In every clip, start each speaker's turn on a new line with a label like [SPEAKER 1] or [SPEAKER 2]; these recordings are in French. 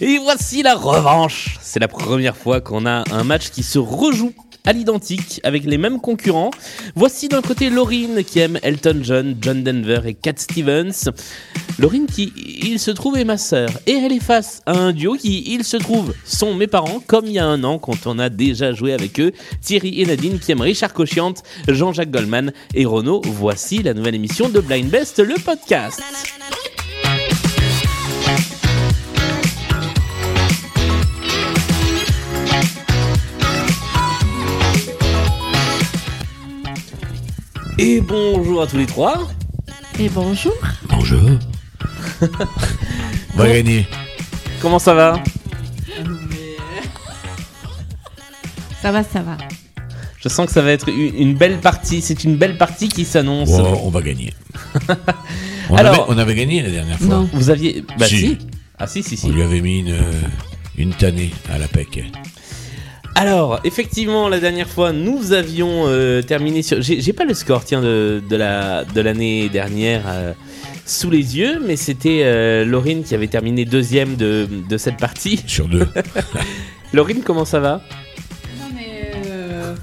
[SPEAKER 1] Et voici la revanche. C'est la première fois qu'on a un match qui se rejoue à l'identique avec les mêmes concurrents. Voici d'un côté Laurine qui aime Elton John, John Denver et Cat Stevens. Laurine qui, il se trouve, est ma sœur. Et elle est face à un duo qui, il se trouve, sont mes parents, comme il y a un an quand on a déjà joué avec eux. Thierry et Nadine qui aiment Richard Cochiante, Jean-Jacques Goldman et Renaud. Voici la nouvelle émission de Blind Best, le podcast. Et bonjour à tous les trois.
[SPEAKER 2] Et bonjour.
[SPEAKER 3] Bonjour. On va gagner.
[SPEAKER 1] Comment ça va
[SPEAKER 2] Ça va, ça va.
[SPEAKER 1] Je sens que ça va être une une belle partie. C'est une belle partie qui s'annonce.
[SPEAKER 3] Ouais, on va gagner. on,
[SPEAKER 1] Alors-
[SPEAKER 3] avait, on avait gagné la dernière fois.
[SPEAKER 2] Non.
[SPEAKER 1] Vous aviez. Bah si.
[SPEAKER 3] Si.
[SPEAKER 1] Ah si, si,
[SPEAKER 3] On
[SPEAKER 1] si.
[SPEAKER 3] lui avait mis une, une tannée à la PEC.
[SPEAKER 1] Alors, effectivement, la dernière fois, nous avions euh, terminé sur. J'ai j'ai pas le score, tiens, de, de la- de l'année dernière euh, sous les yeux, mais c'était euh, Laurine qui avait terminé deuxième de, de cette partie.
[SPEAKER 3] Sur deux.
[SPEAKER 1] Laurine, comment ça va
[SPEAKER 2] Non mais, euh,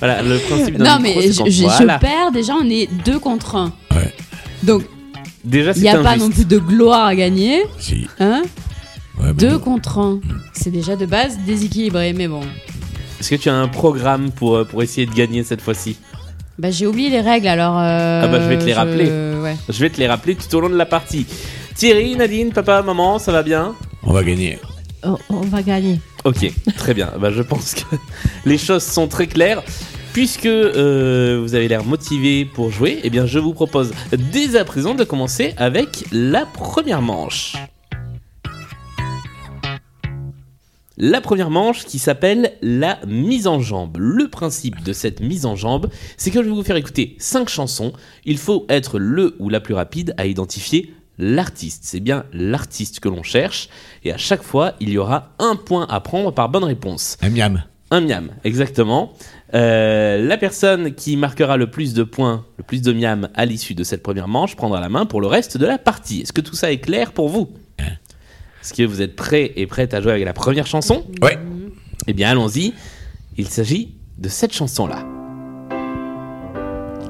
[SPEAKER 1] Voilà, le principe d'un
[SPEAKER 2] non,
[SPEAKER 1] micro,
[SPEAKER 2] mais
[SPEAKER 1] c'est
[SPEAKER 2] je,
[SPEAKER 1] quand-
[SPEAKER 2] je- je
[SPEAKER 1] voilà.
[SPEAKER 2] perds. Déjà, on est deux contre un.
[SPEAKER 3] Ouais.
[SPEAKER 2] Donc,
[SPEAKER 1] Déjà,
[SPEAKER 2] il
[SPEAKER 1] c'est
[SPEAKER 2] n'y a
[SPEAKER 1] injuste.
[SPEAKER 2] pas non plus de gloire à gagner.
[SPEAKER 3] Si.
[SPEAKER 2] Hein
[SPEAKER 3] Ouais, bah, mais
[SPEAKER 2] deux
[SPEAKER 3] nous-
[SPEAKER 2] contre un. C'est déjà de base déséquilibré, mais bon.
[SPEAKER 1] Est-ce que tu as un programme pour, euh, pour essayer de gagner cette fois-ci
[SPEAKER 2] Bah, j'ai oublié les règles alors. euh,
[SPEAKER 1] Ah bah, je vais te les rappeler.
[SPEAKER 2] ouais.
[SPEAKER 1] Je vais te les rappeler tout au long de la partie. Thierry, Nadine, papa, maman, ça va bien
[SPEAKER 3] On va gagner.
[SPEAKER 2] Oh, on va gagner.
[SPEAKER 1] Ok, très bien. Bah, je pense que les choses sont très claires. Puisque euh, vous avez l'air motivé pour jouer, eh bien je vous propose dès à présent de commencer avec la première manche. La première manche qui s'appelle la mise en jambe. Le principe de cette mise en jambe, c'est que je vais vous faire écouter 5 chansons. Il faut être le ou la plus rapide à identifier l'artiste. C'est bien l'artiste que l'on cherche. Et à chaque fois, il y aura un point à prendre par bonne réponse.
[SPEAKER 3] Un miam.
[SPEAKER 1] Un miam, exactement. Euh, la personne qui marquera le plus de points, le plus de miam à l'issue de cette première manche prendra la main pour le reste de la partie. Est-ce que tout ça est clair pour vous Est-ce que vous êtes prêts et prêtes à jouer avec la première chanson
[SPEAKER 3] Ouais.
[SPEAKER 1] Eh bien, allons-y. Il s'agit de cette chanson-là.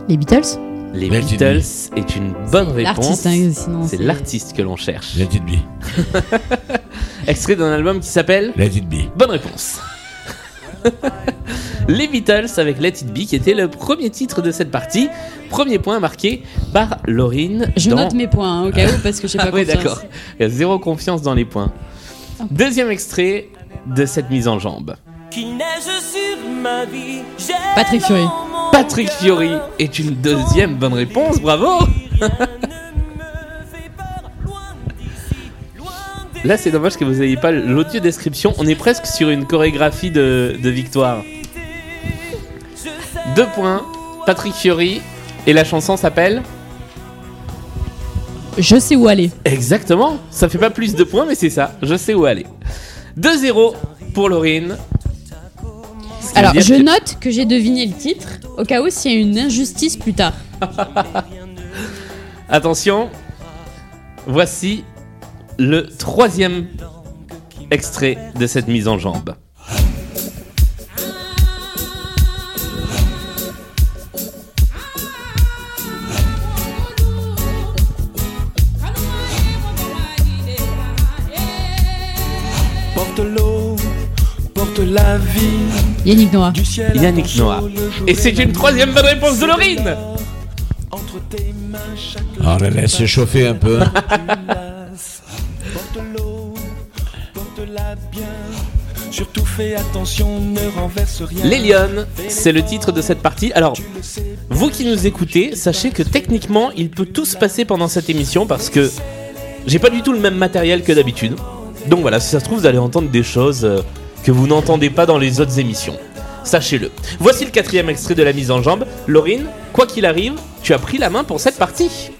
[SPEAKER 2] Les Beatles
[SPEAKER 1] Les
[SPEAKER 3] Let it
[SPEAKER 1] Beatles est une bonne réponse.
[SPEAKER 2] L'artiste, hein, sinon.
[SPEAKER 1] C'est l'artiste que l'on cherche.
[SPEAKER 3] Let it be.
[SPEAKER 1] Extrait d'un album qui s'appelle
[SPEAKER 3] Let it be.
[SPEAKER 1] Bonne réponse. Les Beatles avec Let It Be qui était le premier titre de cette partie. Premier point marqué par Laurine.
[SPEAKER 2] Je
[SPEAKER 1] dans-
[SPEAKER 2] note mes points hein, au cas où parce que j'ai
[SPEAKER 1] Ah
[SPEAKER 2] pas
[SPEAKER 1] oui,
[SPEAKER 2] confiance.
[SPEAKER 1] d'accord. Il y a zéro confiance dans les points. Deuxième extrait de cette mise en jambe.
[SPEAKER 4] Qui neige sur ma vie. j'ai
[SPEAKER 2] Patrick Fiori.
[SPEAKER 4] dans mon
[SPEAKER 1] Patrick
[SPEAKER 4] cœur
[SPEAKER 1] Fiori est une deuxième bonne réponse, bravo
[SPEAKER 4] Rien ne me fait peur, loin d'ici, loin
[SPEAKER 1] Là c'est dommage que vous n'ayez pas l'audio description, on est presque sur une chorégraphie de, de victoire. Deux points, Patrick Fiori, et la chanson s'appelle
[SPEAKER 2] Je sais où aller.
[SPEAKER 1] Exactement, ça fait pas plus de points, mais c'est ça, je sais où aller. 2-0 pour Laurine. Ce qui veut
[SPEAKER 2] Alors,
[SPEAKER 1] dire
[SPEAKER 2] je
[SPEAKER 1] que-
[SPEAKER 2] note que j'ai deviné le titre au cas où s'il y a une injustice plus tard.
[SPEAKER 1] Attention, voici le troisième extrait de cette mise en jambe.
[SPEAKER 5] Porte l'eau, porte la vie,
[SPEAKER 2] Yannick Noah.
[SPEAKER 5] du ciel.
[SPEAKER 1] Yannick Noah. Et c'est une troisième bonne réponse de Laurine
[SPEAKER 5] Entre tes mains, chaque
[SPEAKER 3] On la laisse chauffer un peu.
[SPEAKER 5] glace. Porte l'eau, porte-la bien. Surtout fais attention, ne renverse rien.
[SPEAKER 1] Les Lyonnes, c'est le titre de cette partie. Alors, vous qui nous écoutez, sachez que techniquement, il peut tout se passer pendant cette émission parce que j'ai pas du tout le même matériel que d'habitude. Donc voilà, si ça se trouve, vous allez entendre des choses euh, que vous n'entendez pas dans les autres émissions. Sachez-le. Voici le quatrième extrait de la mise en jambe. Laurine, quoi qu'il arrive, tu as pris la main pour cette partie.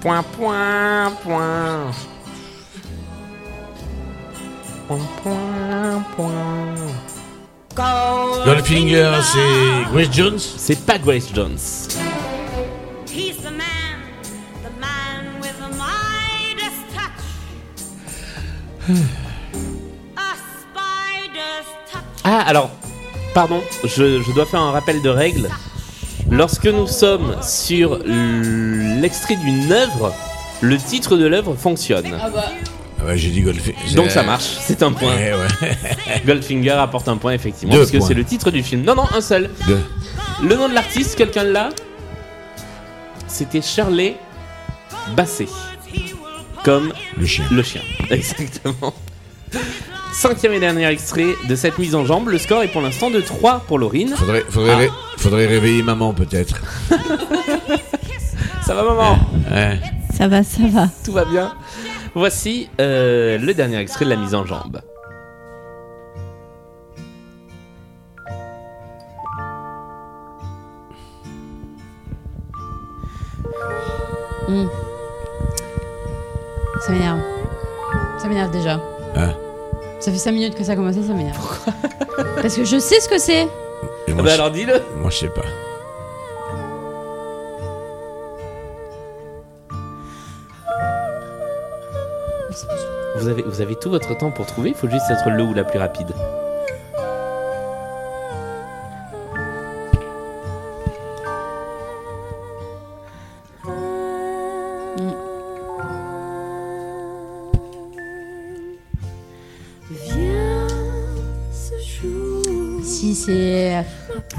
[SPEAKER 1] Point, point, point. Point, point, point.
[SPEAKER 3] Goldfinger, c'est Grace Jones
[SPEAKER 1] C'est pas Grace Jones.
[SPEAKER 6] He's the man, the man with the Midas touch. A spider's touch.
[SPEAKER 1] Ah, alors, pardon, je, je dois faire un rappel de règles. Lorsque nous sommes sur l'extrait d'une œuvre, le titre de l'œuvre fonctionne.
[SPEAKER 2] Ah bah,
[SPEAKER 3] Ah ouais, j'ai dit Goldfinger.
[SPEAKER 1] Donc ça marche, c'est un point.
[SPEAKER 3] Ouais, Eh ouais.
[SPEAKER 1] Goldfinger apporte un point effectivement,
[SPEAKER 3] Deux
[SPEAKER 1] parce que
[SPEAKER 3] points.
[SPEAKER 1] c'est le titre du film. Non, non, un seul.
[SPEAKER 3] Deux.
[SPEAKER 1] Le nom de l'artiste, quelqu'un l'a C'était Shirley Bassey. Comme
[SPEAKER 3] Le chien.
[SPEAKER 1] le chien. Exactement. Cinquième et dernier extrait de cette mise en jambe. Le score est pour l'instant de 3 pour Laurine.
[SPEAKER 3] Faudrait, faudrait, ré- faudrait réveiller maman, peut-être.
[SPEAKER 1] Ça va, maman
[SPEAKER 3] Ouais.
[SPEAKER 2] ça va, ça va.
[SPEAKER 1] Tout va bien Voici euh, le dernier extrait de la mise en jambe.
[SPEAKER 2] Ça m'énerve. Ça m'énerve déjà.
[SPEAKER 3] Hein
[SPEAKER 2] Ça fait 5 minutes que ça a commencé, ça m'énerve. Parce que je sais ce que c'est.
[SPEAKER 3] Et
[SPEAKER 1] Ah
[SPEAKER 3] moi,
[SPEAKER 1] bah
[SPEAKER 3] je-
[SPEAKER 1] alors dis-le
[SPEAKER 3] moi, je sais pas.
[SPEAKER 1] vous avez, vous avez tout votre temps pour trouver, il faut juste être le ou la plus rapide.
[SPEAKER 2] Si c'est.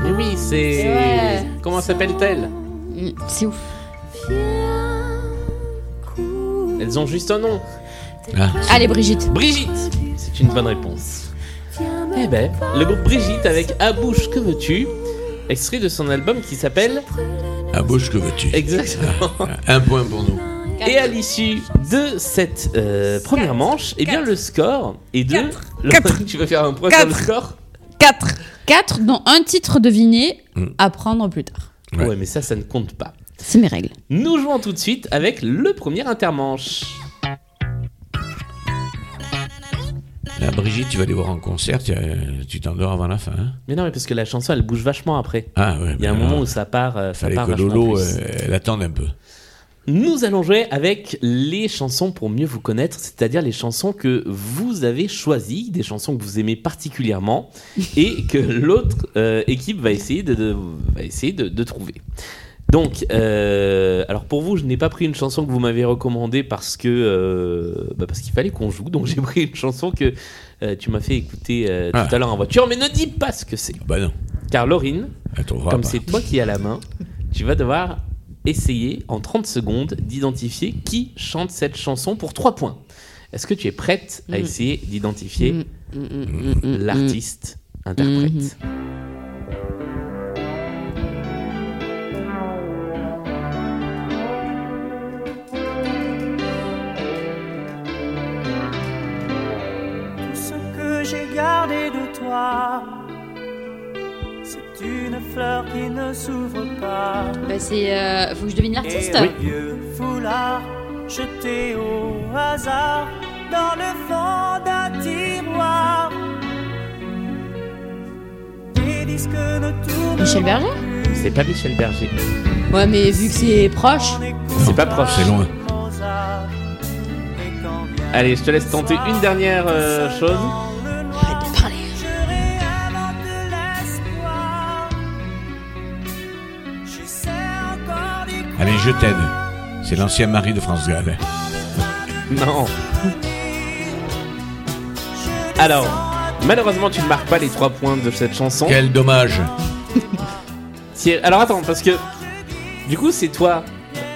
[SPEAKER 1] Mais Eh oui, c'est...
[SPEAKER 2] Ouais.
[SPEAKER 1] Comment s'appelle-t-elle
[SPEAKER 2] Mm, C'est ouf.
[SPEAKER 1] Elles ont juste un nom.
[SPEAKER 3] Ah.
[SPEAKER 2] Allez, Brigitte.
[SPEAKER 1] Brigitte C'est une bonne réponse. Eh ben, le groupe Brigitte avec À bouche que veux-tu Extrait de son album qui s'appelle
[SPEAKER 3] À bouche, Ah, que veux-tu
[SPEAKER 1] Exactement.
[SPEAKER 3] Un point pour nous.
[SPEAKER 1] Et à l'issue de cette euh, première manche, eh bien le score est de. Laurine, tu veux faire un point sur le
[SPEAKER 2] Quatre.
[SPEAKER 1] score
[SPEAKER 2] 4. 4 dont un titre deviné à prendre plus tard.
[SPEAKER 3] Ouais.
[SPEAKER 1] ouais, mais ça, ça ne compte pas.
[SPEAKER 2] C'est mes règles.
[SPEAKER 1] Nous jouons tout de suite avec le premier intermanche.
[SPEAKER 3] Là, Brigitte, tu vas aller voir en concert, tu euh, tu t'endors avant la fin. hein
[SPEAKER 1] Mais non, mais parce que la chanson, elle bouge vachement après.
[SPEAKER 3] ah ouais.
[SPEAKER 1] Il y a un
[SPEAKER 3] bah,
[SPEAKER 1] moment
[SPEAKER 3] alors,
[SPEAKER 1] où ça part. euh, ça
[SPEAKER 3] fallait
[SPEAKER 1] part
[SPEAKER 3] que
[SPEAKER 1] vachement
[SPEAKER 3] Lolo,
[SPEAKER 1] plus.
[SPEAKER 3] euh, elle attende un peu.
[SPEAKER 1] Nous allons jouer avec les chansons pour mieux vous connaître, c'est-à-dire les chansons que vous avez choisies, des chansons que vous aimez particulièrement, et que l'autre euh, équipe va essayer de, de- va essayer de, de trouver. Donc, euh, alors pour vous, je n'ai pas pris une chanson que vous m'avez recommandée parce que euh, bah parce qu'il fallait qu'on joue, donc j'ai pris une chanson que euh, tu m'as fait écouter euh,
[SPEAKER 3] Ah.
[SPEAKER 1] tout à l'heure en voiture, mais ne dis pas ce que c'est,
[SPEAKER 3] Ah Bah non,
[SPEAKER 1] car Laurine,
[SPEAKER 3] elle trouvera
[SPEAKER 1] comme
[SPEAKER 3] pas.
[SPEAKER 1] c'est toi qui as la main, tu vas devoir essayer en 30 secondes d'identifier qui chante cette chanson pour 3 points. Est-ce que tu es prête à essayer d'identifier l'artiste interprète
[SPEAKER 4] Tout ce que j'ai gardé de toi, c'est une fleur qui ne s'ouvre pas.
[SPEAKER 2] Bah, c'est. euh, Faut que je devine l'artiste
[SPEAKER 4] Et un vieux foulard jeté au hasard dans le fond d'un tiroir. Des disques ne tournent
[SPEAKER 2] Michel Berger
[SPEAKER 1] C'est pas Michel Berger.
[SPEAKER 2] Ouais, mais vu que c'est proche.
[SPEAKER 1] C'est pas proche.
[SPEAKER 3] C'est loin.
[SPEAKER 1] Allez, je te laisse tenter une dernière euh, chose.
[SPEAKER 2] Arrête de parler.
[SPEAKER 4] Je réinvente l'espoir. J'essaie encore d'y croire.
[SPEAKER 3] Allez, je t'aide. C'est l'ancien mari de France Gall.
[SPEAKER 1] Non. Alors, malheureusement, tu ne marques pas les 3 points de cette chanson.
[SPEAKER 3] Quel dommage.
[SPEAKER 1] Si- Alors attends, parce que du coup, c'est toi,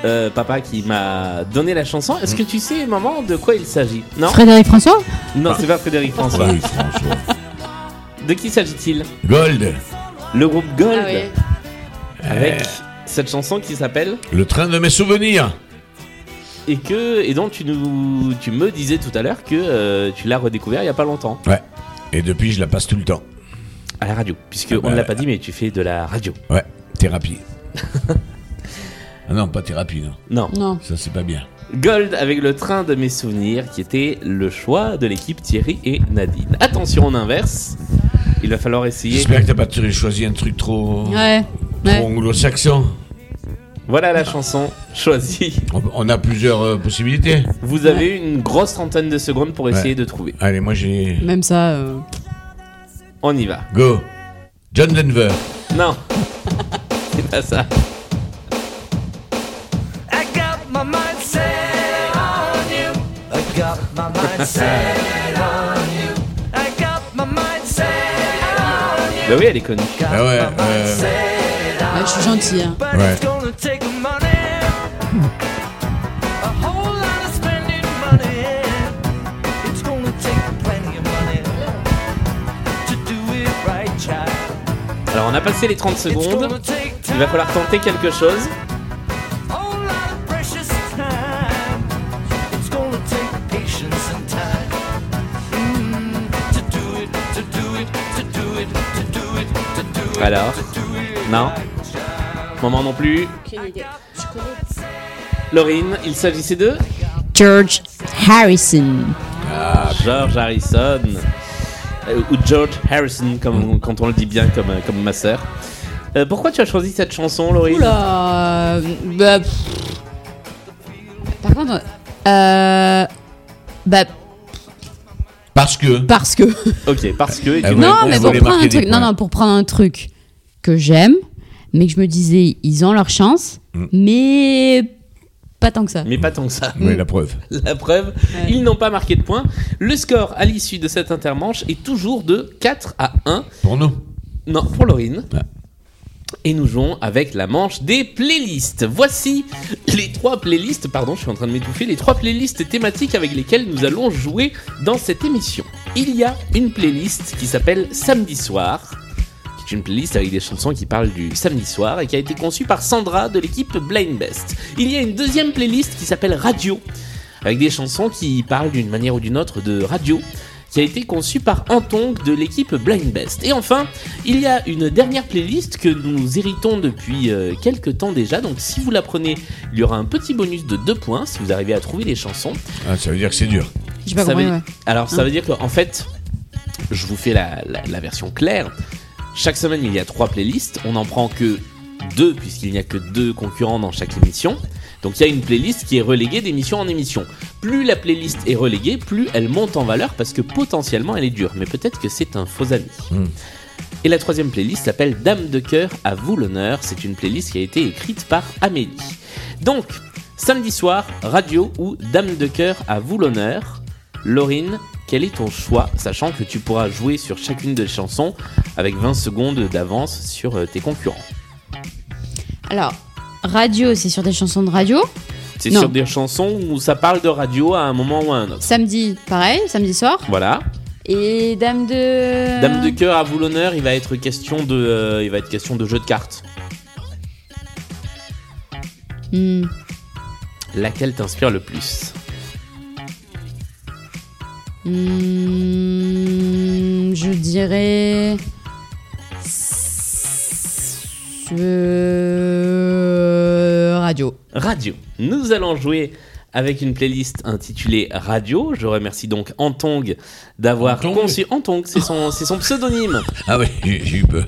[SPEAKER 1] euh, papa, qui m'a donné la chanson.
[SPEAKER 3] Mm.
[SPEAKER 1] Est-ce que tu sais, maman, de quoi il s'agit Non,
[SPEAKER 2] Frédéric François
[SPEAKER 1] non, c'est pas Frédéric François.
[SPEAKER 3] Oui, François.
[SPEAKER 1] De qui s'agit-il
[SPEAKER 3] Gold,
[SPEAKER 1] Le groupe Gold,
[SPEAKER 2] Ah ouais.
[SPEAKER 1] avec cette chanson qui s'appelle
[SPEAKER 3] le train de mes souvenirs.
[SPEAKER 1] et que et dont tu nous tu me disais tout à l'heure que euh, tu l'as redécouvert il y a pas longtemps
[SPEAKER 3] Ouais. Et depuis, je la passe tout le temps.
[SPEAKER 1] à la radio, puisque
[SPEAKER 3] Ah
[SPEAKER 1] on
[SPEAKER 3] bah,
[SPEAKER 1] ne l'a pas dit, mais tu fais de la radio.
[SPEAKER 3] Ouais. Thérapie. Ah non, pas thérapie, non.
[SPEAKER 1] Non.
[SPEAKER 2] Non.
[SPEAKER 3] Ça, c'est pas bien.
[SPEAKER 1] Gold avec le train de mes souvenirs qui était le choix de l'équipe Thierry et Nadine. Attention, on inverse. Il va falloir essayer.
[SPEAKER 3] J'espère que t'as pas tiré- choisi un truc trop,
[SPEAKER 2] Ouais.
[SPEAKER 3] trop
[SPEAKER 2] Ouais.
[SPEAKER 3] anglo-saxon.
[SPEAKER 1] Voilà la chanson choisie.
[SPEAKER 3] On, on a plusieurs euh, possibilités.
[SPEAKER 1] Vous avez une grosse trentaine de secondes pour essayer
[SPEAKER 3] Ouais.
[SPEAKER 1] de trouver.
[SPEAKER 3] Allez, moi j'ai.
[SPEAKER 2] Même ça. euh,
[SPEAKER 1] On y va.
[SPEAKER 3] Go. John Denver.
[SPEAKER 1] Non. C'est pas ça.
[SPEAKER 4] I got my mind set on you. I got my mind set on you. I got my mind set on you.
[SPEAKER 1] Bah oui, elle est connue.
[SPEAKER 4] Got
[SPEAKER 3] Ah ouais,
[SPEAKER 4] my mind
[SPEAKER 3] euh,
[SPEAKER 4] set on
[SPEAKER 2] Ouais, je suis gentil. Hein.
[SPEAKER 4] But
[SPEAKER 3] Ouais.
[SPEAKER 4] it's gonna take money. A whole lot of spending money. It's gonna take plenty of money to do it right, child.
[SPEAKER 1] Alors, on a passé les 30
[SPEAKER 4] It's gonna
[SPEAKER 1] secondes.
[SPEAKER 4] take
[SPEAKER 1] Il va falloir
[SPEAKER 4] time.
[SPEAKER 1] tenter quelque chose.
[SPEAKER 4] whole lot of precious time. It's gonna take patience and time. Mm, to do it, to do it, to do it, to do it, to do it.
[SPEAKER 1] Alors Non. Moment non plus. Laurine, il s'agissait de
[SPEAKER 2] George Harrison.
[SPEAKER 1] George Harrison. Euh, ou George Harrison, comme, quand on le dit bien comme, euh, comme ma sœur. Euh, pourquoi tu as choisi cette chanson, Laurine
[SPEAKER 2] Oula. euh, Bah. pff. Par contre. Euh. Bah,
[SPEAKER 3] Parce que.
[SPEAKER 2] parce que.
[SPEAKER 1] Ok, parce que. et
[SPEAKER 3] Ah
[SPEAKER 1] tu
[SPEAKER 3] ouais.
[SPEAKER 1] n'as-
[SPEAKER 2] Non,
[SPEAKER 3] on
[SPEAKER 2] mais pour
[SPEAKER 3] voulait
[SPEAKER 2] prendre,
[SPEAKER 3] marquer
[SPEAKER 2] un truc,
[SPEAKER 3] des
[SPEAKER 2] non,
[SPEAKER 3] points.
[SPEAKER 2] non, pour prendre un truc que j'aime, mais que je me disais, ils ont leur chance, mais pas tant que ça.
[SPEAKER 1] Mais pas tant que ça.
[SPEAKER 3] Oui, la preuve.
[SPEAKER 1] La preuve, ils n'ont pas marqué de points. Le score à l'issue de cette intermanche est toujours de 4 à 1.
[SPEAKER 3] Pour nous.
[SPEAKER 1] Non, pour Laurine.
[SPEAKER 3] Ouais.
[SPEAKER 1] Et nous jouons avec la manche des playlists. Voici les trois playlists, pardon, je suis en train de m'étouffer, les trois playlists thématiques avec lesquelles nous allons jouer dans cette émission. Il y a une playlist qui s'appelle Samedi Soir. C'est une playlist avec des chansons qui parlent du samedi soir et qui a été conçue par Sandra de l'équipe Blind Best. Il y a une deuxième playlist qui s'appelle Radio, avec des chansons qui parlent d'une manière ou d'une autre de radio, qui a été conçue par Antong de l'équipe Blind Best. Et enfin, il y a une dernière playlist que nous héritons depuis euh, quelques temps déjà, donc si vous la prenez, il y aura un petit bonus de 2 points si vous arrivez à trouver les chansons.
[SPEAKER 3] Ah, ça veut dire que c'est dur.
[SPEAKER 2] J'ai pas
[SPEAKER 1] Ça
[SPEAKER 2] compris,
[SPEAKER 1] veut-
[SPEAKER 2] ouais. Hein
[SPEAKER 1] Alors, ça veut dire qu'en fait, je vous fais la, la- la version claire. Chaque semaine, il y a trois playlists. On n'en prend que deux, puisqu'il n'y a que deux concurrents dans chaque émission. Donc, il y a une playlist qui est reléguée d'émission en émission. Plus la playlist est reléguée, plus elle monte en valeur parce que potentiellement elle est dure. Mais peut-être que c'est un faux ami.
[SPEAKER 3] Mm.
[SPEAKER 1] Et la troisième playlist s'appelle Dame de cœur, à vous l'honneur. C'est une playlist qui a été écrite par Amélie. Donc, samedi soir, radio ou Dame de cœur, à vous l'honneur. Laurine, quel est ton choix, sachant que tu pourras jouer sur chacune des chansons avec 20 secondes d'avance sur euh, tes concurrents
[SPEAKER 2] Alors, radio, c'est sur des chansons de radio.
[SPEAKER 1] C'est
[SPEAKER 2] Non.
[SPEAKER 1] sur des chansons où ça parle de radio à un moment ou à un autre.
[SPEAKER 2] Samedi, pareil, samedi soir.
[SPEAKER 1] Voilà.
[SPEAKER 2] Et Dame de.
[SPEAKER 1] Dame de cœur, à vous l'honneur, il va être question de, euh, il va être question de jeu de cartes.
[SPEAKER 2] Hmm.
[SPEAKER 1] Laquelle t'inspire le plus
[SPEAKER 2] Hmm, je dirais. Euh, Radio.
[SPEAKER 1] Radio. Nous allons jouer avec une playlist intitulée Radio. Je remercie donc Antong d'avoir
[SPEAKER 3] Antong
[SPEAKER 1] conçu. Antong, c'est son, c'est son pseudonyme.
[SPEAKER 3] Ah oui, j'ai j'ai eu peur.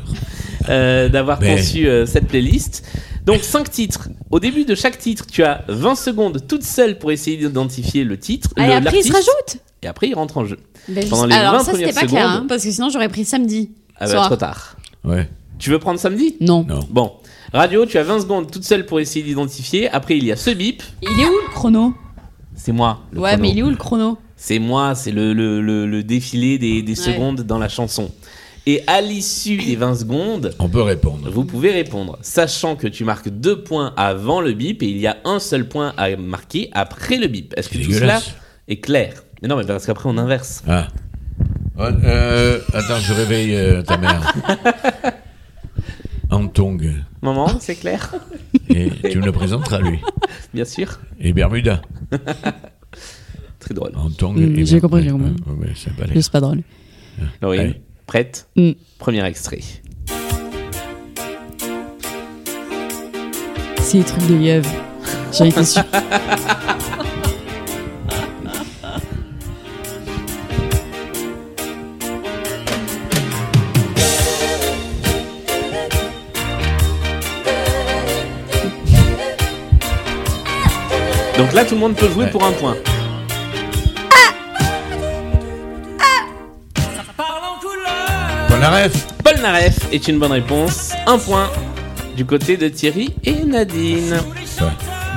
[SPEAKER 1] euh, d'avoir
[SPEAKER 3] Mais-
[SPEAKER 1] conçu euh, cette playlist. Donc 5 titres. Au début de chaque titre, tu as 20 secondes toute seule pour essayer d'identifier le titre.
[SPEAKER 2] Allez,
[SPEAKER 1] le-
[SPEAKER 2] Ah, après, il se
[SPEAKER 1] l'artiste,
[SPEAKER 2] rajoute
[SPEAKER 1] Et après, il rentre en jeu.
[SPEAKER 2] Ben, je
[SPEAKER 1] Pendant
[SPEAKER 2] sais-
[SPEAKER 1] les
[SPEAKER 2] Alors
[SPEAKER 1] 20
[SPEAKER 2] ça c'était
[SPEAKER 1] premières
[SPEAKER 2] pas clair,
[SPEAKER 1] secondes.
[SPEAKER 2] hein, parce que sinon j'aurais pris samedi.
[SPEAKER 1] Ah bah,
[SPEAKER 2] soir.
[SPEAKER 1] trop tard.
[SPEAKER 3] Ouais.
[SPEAKER 1] Tu veux prendre samedi
[SPEAKER 2] Non.
[SPEAKER 3] Non.
[SPEAKER 1] Bon. Radio, tu as 20 secondes toute seule pour essayer d'identifier. Après, il y a ce bip.
[SPEAKER 2] Il est où le chrono
[SPEAKER 1] C'est moi. le
[SPEAKER 2] Ouais,
[SPEAKER 1] chrono.
[SPEAKER 2] mais il est où le chrono
[SPEAKER 1] C'est moi, c'est le, le- le- le défilé des, des
[SPEAKER 2] Ouais.
[SPEAKER 1] secondes dans la chanson. Et à l'issue des 20 secondes,
[SPEAKER 3] On peut répondre.
[SPEAKER 1] Vous pouvez répondre, sachant que tu marques deux points avant le bip et il y a un seul point à marquer après le bip. Est-ce que
[SPEAKER 3] C'est
[SPEAKER 1] tout cela
[SPEAKER 3] dégueulasse.
[SPEAKER 1] est clair Mais non, mais parce qu'après on inverse.
[SPEAKER 3] Ah. Oh, euh, attends, je réveille euh, ta mère. Antong.
[SPEAKER 1] Maman, c'est clair
[SPEAKER 3] Et tu me le présenteras, lui.
[SPEAKER 1] Bien sûr.
[SPEAKER 3] Et Bermuda.
[SPEAKER 1] Très drôle.
[SPEAKER 3] Antong
[SPEAKER 2] Mm,
[SPEAKER 3] et Bermuda.
[SPEAKER 2] j'ai compris, j'ai compris.
[SPEAKER 3] Ouais, ouais, ça va aller.
[SPEAKER 2] Juste pas drôle.
[SPEAKER 1] Laurine,
[SPEAKER 3] Allez.
[SPEAKER 1] prête
[SPEAKER 2] Mm.
[SPEAKER 1] Premier extrait.
[SPEAKER 2] c'est les trucs de Yeuve. J'en étais sûre.
[SPEAKER 1] Donc là, tout le monde peut jouer
[SPEAKER 3] Ouais.
[SPEAKER 1] pour un point.
[SPEAKER 3] Bon, la ref.
[SPEAKER 1] Paul Naref est une bonne réponse. Un point du côté de Thierry et Nadine.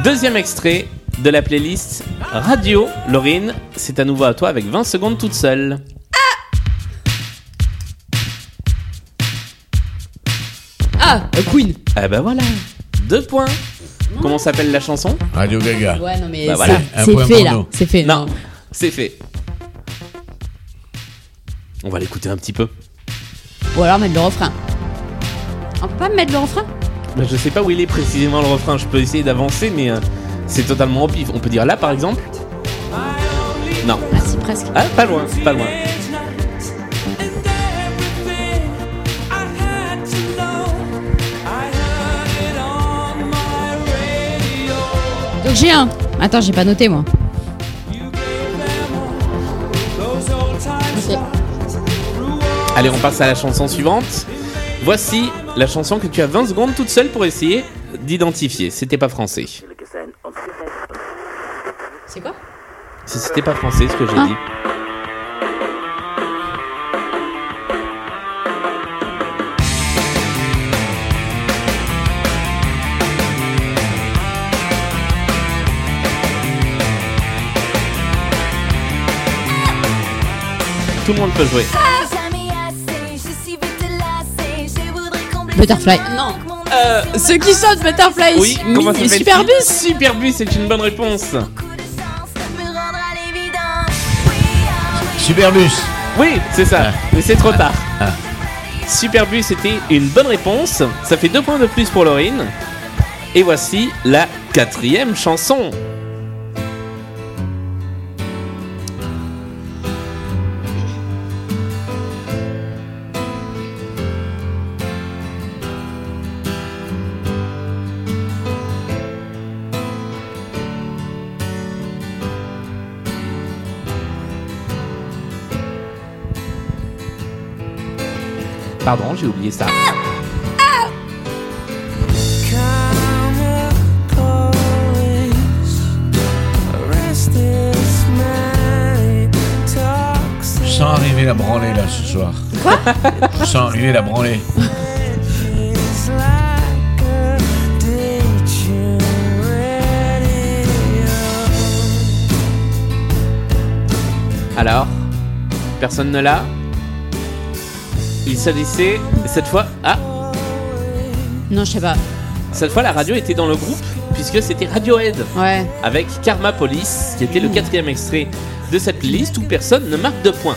[SPEAKER 1] Deuxième extrait de la playlist Radio. Laurine, c'est à nouveau à toi avec 20 secondes toute seule.
[SPEAKER 2] Ah, euh, Queen.
[SPEAKER 1] Ah bah voilà, deux points. Comment s'appelle la chanson
[SPEAKER 3] Radio Gaga.
[SPEAKER 2] Ouais, non, mais
[SPEAKER 1] Bah
[SPEAKER 2] ça,
[SPEAKER 1] voilà,
[SPEAKER 3] Ah. un
[SPEAKER 2] c'est
[SPEAKER 3] point
[SPEAKER 2] fait
[SPEAKER 3] pour
[SPEAKER 2] là.
[SPEAKER 3] nous.
[SPEAKER 2] C'est fait.
[SPEAKER 1] Non, c'est fait. On va l'écouter un petit peu.
[SPEAKER 2] Ou alors mettre le refrain. On peut pas mettre le refrain
[SPEAKER 1] Bah, je sais pas où il est précisément le refrain, je peux essayer d'avancer, mais euh, c'est totalement au pif. On peut dire là par exemple Non.
[SPEAKER 2] Ah, si, presque.
[SPEAKER 1] Ah, pas loin, pas loin.
[SPEAKER 2] Donc j'ai un. Attends, j'ai pas noté moi.
[SPEAKER 1] Allez, on passe à la chanson suivante. Voici la chanson que tu as 20 secondes toute seule pour essayer d'identifier. C'était pas français.
[SPEAKER 2] C'est quoi
[SPEAKER 1] Si c'était pas français, ce que j'ai
[SPEAKER 2] Ah.
[SPEAKER 1] dit. Tout le monde peut jouer.
[SPEAKER 2] Ah, Butterfly. Non. Euh, ceux qui sautent Butterfly.
[SPEAKER 1] Oui, comment ça
[SPEAKER 2] Mini-
[SPEAKER 1] s'appelle
[SPEAKER 2] Superbus.
[SPEAKER 1] Superbus est une bonne réponse.
[SPEAKER 3] Superbus.
[SPEAKER 1] Oui, c'est ça.
[SPEAKER 3] Ah.
[SPEAKER 1] Mais c'est trop tard.
[SPEAKER 3] Ah.
[SPEAKER 1] Superbus était une bonne réponse. Ça fait deux points de plus pour Laurine. Et voici la quatrième chanson. Pardon, j'ai oublié ça.
[SPEAKER 3] Sans arriver la branler là ce soir. Quoi Sans arriver la branler.
[SPEAKER 1] Alors, personne ne l'a. Il s'agissait cette fois. Ah,
[SPEAKER 2] Non, je sais pas.
[SPEAKER 1] cette fois la radio était dans le groupe puisque c'était Radiohead.
[SPEAKER 2] Ouais.
[SPEAKER 1] avec Karma Police, qui était le quatrième extrait de cette liste où personne ne marque de points.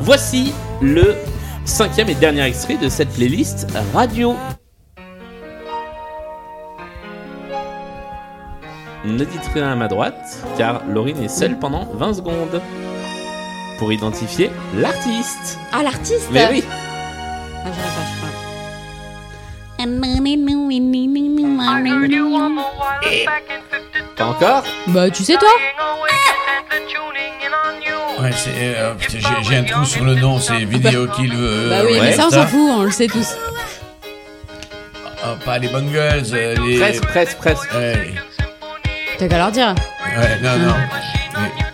[SPEAKER 1] Voici le cinquième et dernier extrait de cette playlist radio. Ne dites rien à ma droite, car Laurine est seule pendant 20 secondes pour identifier l'artiste.
[SPEAKER 2] Ah, l'artiste.
[SPEAKER 1] Mais oui,
[SPEAKER 2] Ah, j'aurais pas, je crois.
[SPEAKER 1] pas encore.
[SPEAKER 2] Bah, tu sais toi
[SPEAKER 3] Ouais, c'est. euh, putain, j'ai- j'ai un trou sur le nom, c'est vidéo qu'il veut.
[SPEAKER 2] Bah oui,
[SPEAKER 3] ouais,
[SPEAKER 2] mais ça on s'en fout, on le sait tous.
[SPEAKER 3] Ah, pas les Bungles, euh, les.
[SPEAKER 1] Presque, presque, presque.
[SPEAKER 3] Ouais,
[SPEAKER 2] T'as qu'à leur dire.
[SPEAKER 3] ouais, non, non.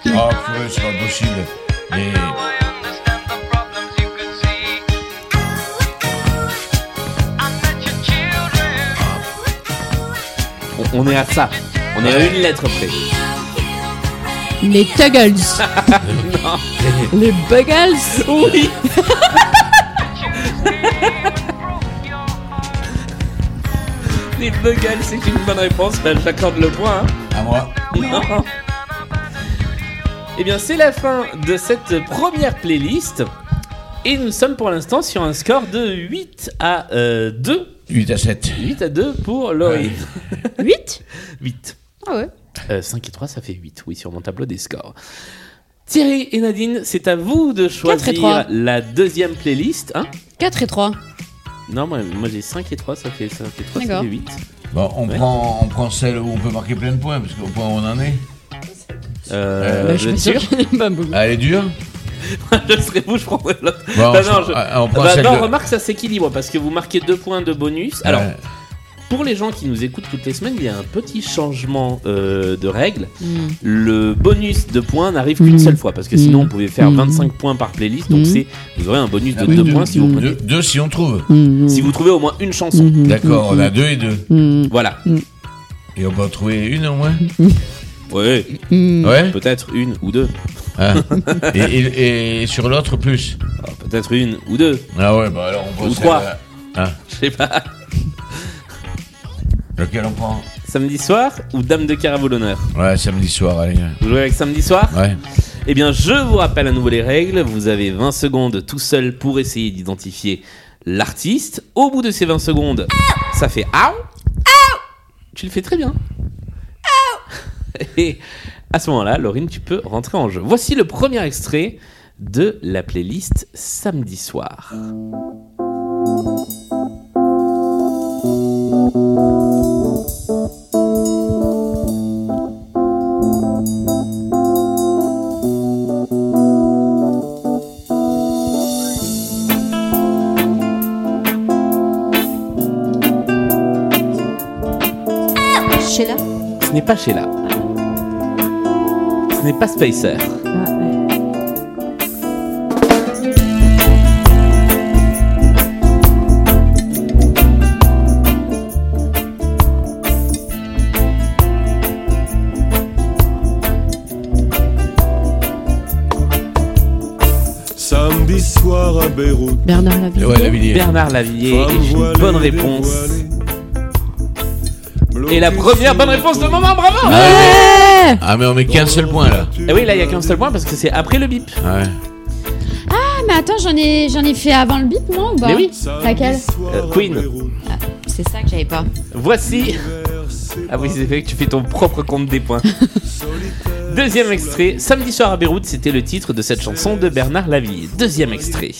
[SPEAKER 3] Les- Oh, purée, c'est pas possible. Les.
[SPEAKER 1] On, on est à ça. On est à une lettre près.
[SPEAKER 2] Les Tuggles. les Buggles.
[SPEAKER 1] Oui Les Buggles, c'est une bonne réponse, ben j'accorde le point. hein.
[SPEAKER 3] À moi.
[SPEAKER 2] Ah
[SPEAKER 1] Non. Eh bien, c'est la fin de cette première playlist. Et nous sommes pour l'instant sur un score de 8 à euh, 2.
[SPEAKER 3] 8 à 7.
[SPEAKER 1] 8 à 2 pour Laurie.
[SPEAKER 2] 8
[SPEAKER 1] 8.
[SPEAKER 2] Ah ouais.
[SPEAKER 1] Euh, 5 et 3, ça fait 8, oui, sur mon tableau des scores. Thierry et Nadine, c'est à vous de
[SPEAKER 2] et trois.
[SPEAKER 1] choisir la deuxième playlist. Hein
[SPEAKER 2] 4 et 3.
[SPEAKER 1] Non, moi, moi, j'ai 5 et 3, ça fait, ça fait 3, ça
[SPEAKER 2] D'accord.
[SPEAKER 1] fait 8.
[SPEAKER 7] Bon, on, prend, on prend celle où on peut marquer plein de points, parce qu'au point où on en est.
[SPEAKER 1] Euh,
[SPEAKER 7] Bah,
[SPEAKER 2] je suis
[SPEAKER 1] vous êtes
[SPEAKER 2] sûre
[SPEAKER 1] sûr
[SPEAKER 2] qu'elle est pas
[SPEAKER 1] Mhm.
[SPEAKER 2] bonne.
[SPEAKER 7] Ah, Elle est dure
[SPEAKER 1] Je serais vous, je prendrais l'autre.
[SPEAKER 7] Bon,
[SPEAKER 1] Bah
[SPEAKER 7] on prend-
[SPEAKER 1] non, je-
[SPEAKER 7] ah, on prend
[SPEAKER 1] Bah
[SPEAKER 7] celle
[SPEAKER 1] non,
[SPEAKER 7] de-
[SPEAKER 1] remarque, ça s'équilibre parce que vous marquez 2 points de bonus. Alors,
[SPEAKER 7] Ouais.
[SPEAKER 1] pour les gens qui nous écoutent toutes les semaines, il y a un petit changement euh, de règle.
[SPEAKER 7] Hmm.
[SPEAKER 1] Le bonus de points n'arrive qu'une
[SPEAKER 2] Mm.
[SPEAKER 1] seule fois parce que
[SPEAKER 2] Mm.
[SPEAKER 1] sinon, on pouvait faire
[SPEAKER 2] Mm.
[SPEAKER 1] 25 points par playlist. Donc,
[SPEAKER 2] Mm.
[SPEAKER 1] c'est vous aurez un bonus de
[SPEAKER 7] Hmm. Ah oui,
[SPEAKER 1] 2 points si vous
[SPEAKER 7] deux,
[SPEAKER 1] prenez. Mhm.
[SPEAKER 7] deux si on trouve.
[SPEAKER 1] Si vous trouvez au moins une chanson.
[SPEAKER 7] Hmm. D'accord,
[SPEAKER 1] Mhm.
[SPEAKER 7] on a deux et deux.
[SPEAKER 1] Voilà.
[SPEAKER 7] Hmm. Et on peut en trouver une au moins
[SPEAKER 1] Ouais, Mhm.
[SPEAKER 7] Ouais
[SPEAKER 1] peut-être une ou deux.
[SPEAKER 7] Ah.
[SPEAKER 3] Hein.
[SPEAKER 7] et, et- et sur l'autre, plus
[SPEAKER 1] Ah, Peut-être une ou deux.
[SPEAKER 7] Ah ouais, bah alors on prend
[SPEAKER 1] Ou
[SPEAKER 7] celle
[SPEAKER 1] trois.
[SPEAKER 3] euh,
[SPEAKER 7] Ah,
[SPEAKER 1] Je sais pas.
[SPEAKER 7] lequel on prend
[SPEAKER 1] Samedi soir ou Dame de Caravole honneur
[SPEAKER 7] Ouais, samedi soir, allez.
[SPEAKER 3] hein.
[SPEAKER 1] Vous jouez avec samedi soir
[SPEAKER 7] Ouais.
[SPEAKER 1] Eh bien, je vous rappelle à nouveau les règles. Vous avez 20 secondes tout seul pour essayer d'identifier l'artiste. Au bout de ces 20 secondes, ça fait Aou Tu le fais très bien. Et à ce moment-là, Laurine, tu peux rentrer en jeu. Voici le premier extrait de la playlist samedi soir.
[SPEAKER 8] Sheila
[SPEAKER 1] Ce n'est pas Sheila. Ce n'est pas Spacer.
[SPEAKER 5] Samedi soir à Beyrouth.
[SPEAKER 8] Bernard Lavillier.
[SPEAKER 7] Ouais, la vidéo.
[SPEAKER 1] Bernard Lavillier est
[SPEAKER 5] femme
[SPEAKER 1] une
[SPEAKER 5] voilée
[SPEAKER 1] bonne réponse.
[SPEAKER 5] dévoilée.
[SPEAKER 1] Et la première bonne réponse de moment, bravo
[SPEAKER 7] Ah, mais- ah, mais on met qu'un seul point là.
[SPEAKER 1] Et Eh oui, là, il n'y a qu'un seul point parce que c'est après le bip.
[SPEAKER 7] Ouais.
[SPEAKER 2] Ah, mais attends, j'en ai, j'en ai fait avant le bip, non ou pas
[SPEAKER 1] Mais oui.
[SPEAKER 2] Laquelle
[SPEAKER 1] Euh, Queen.
[SPEAKER 8] C'est ça que j'avais pas.
[SPEAKER 1] Voici. Ah oui, c'est fait que tu fais ton propre compte des points. Deuxième extrait. Samedi soir à Beyrouth, c'était le titre de cette chanson de Bernard Lavillier. Deuxième extrait.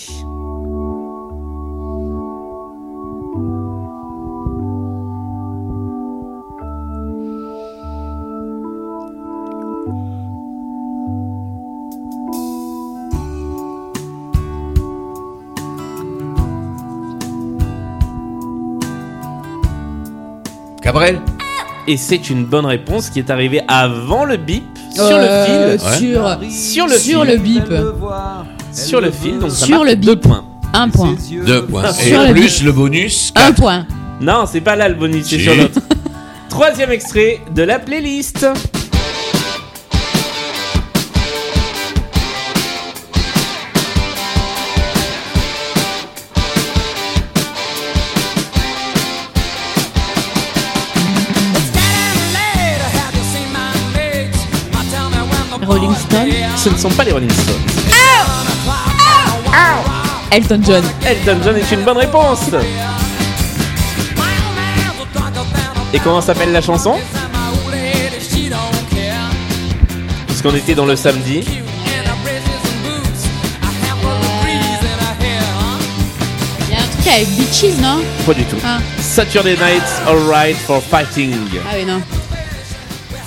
[SPEAKER 7] Cabrel
[SPEAKER 1] Et c'est une bonne réponse qui est arrivée avant le bip sur
[SPEAKER 2] Euh,
[SPEAKER 1] le fil.
[SPEAKER 2] Sur,
[SPEAKER 1] Sur le
[SPEAKER 2] sur
[SPEAKER 1] fil.
[SPEAKER 2] le bip.
[SPEAKER 1] Sur le fil, donc ça
[SPEAKER 2] Sur
[SPEAKER 1] marque
[SPEAKER 2] le
[SPEAKER 1] deux
[SPEAKER 2] bip.
[SPEAKER 1] points.
[SPEAKER 2] Un point.
[SPEAKER 7] Deux points. Et
[SPEAKER 2] Sur
[SPEAKER 7] en
[SPEAKER 2] le
[SPEAKER 7] plus, le bonus.
[SPEAKER 2] Un point.
[SPEAKER 1] Non, c'est pas là le bonus, c'est
[SPEAKER 7] Si.
[SPEAKER 1] sur l'autre. Troisième extrait de la playlist.
[SPEAKER 8] Rolling Stone.
[SPEAKER 1] Ce ne sont pas les Rolling Stones.
[SPEAKER 8] Elton John.
[SPEAKER 1] Elton John est une bonne réponse. Et comment s'appelle la chanson Puisqu'on était dans le samedi.
[SPEAKER 2] Il y a un truc avec Bitches, non
[SPEAKER 1] Pas du tout.
[SPEAKER 2] Ah.
[SPEAKER 1] Saturday Night Alright for Fighting.
[SPEAKER 2] Ah oui, non.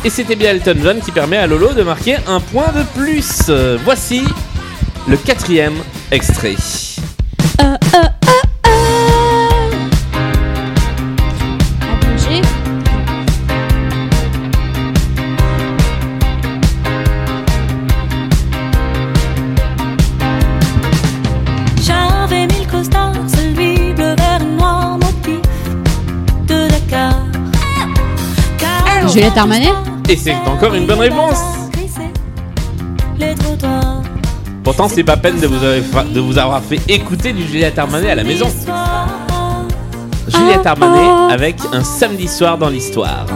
[SPEAKER 1] Et c'était bien Elton John qui permet à Lolo de marquer un point de plus. Euh, Voici le quatrième extrait.
[SPEAKER 2] Apogée.
[SPEAKER 9] J'avais mille costards, celui bleu, vert et noir, motif de Dakar. Car
[SPEAKER 2] Juliette Armanet
[SPEAKER 1] Et c'est encore une bonne réponse.
[SPEAKER 9] Les trottoirs.
[SPEAKER 1] Pourtant, c'est pas peine de vous, avoir, de vous avoir fait écouter du Juliette Armanet à la maison. Juliette Armanet avec un samedi soir dans l'histoire.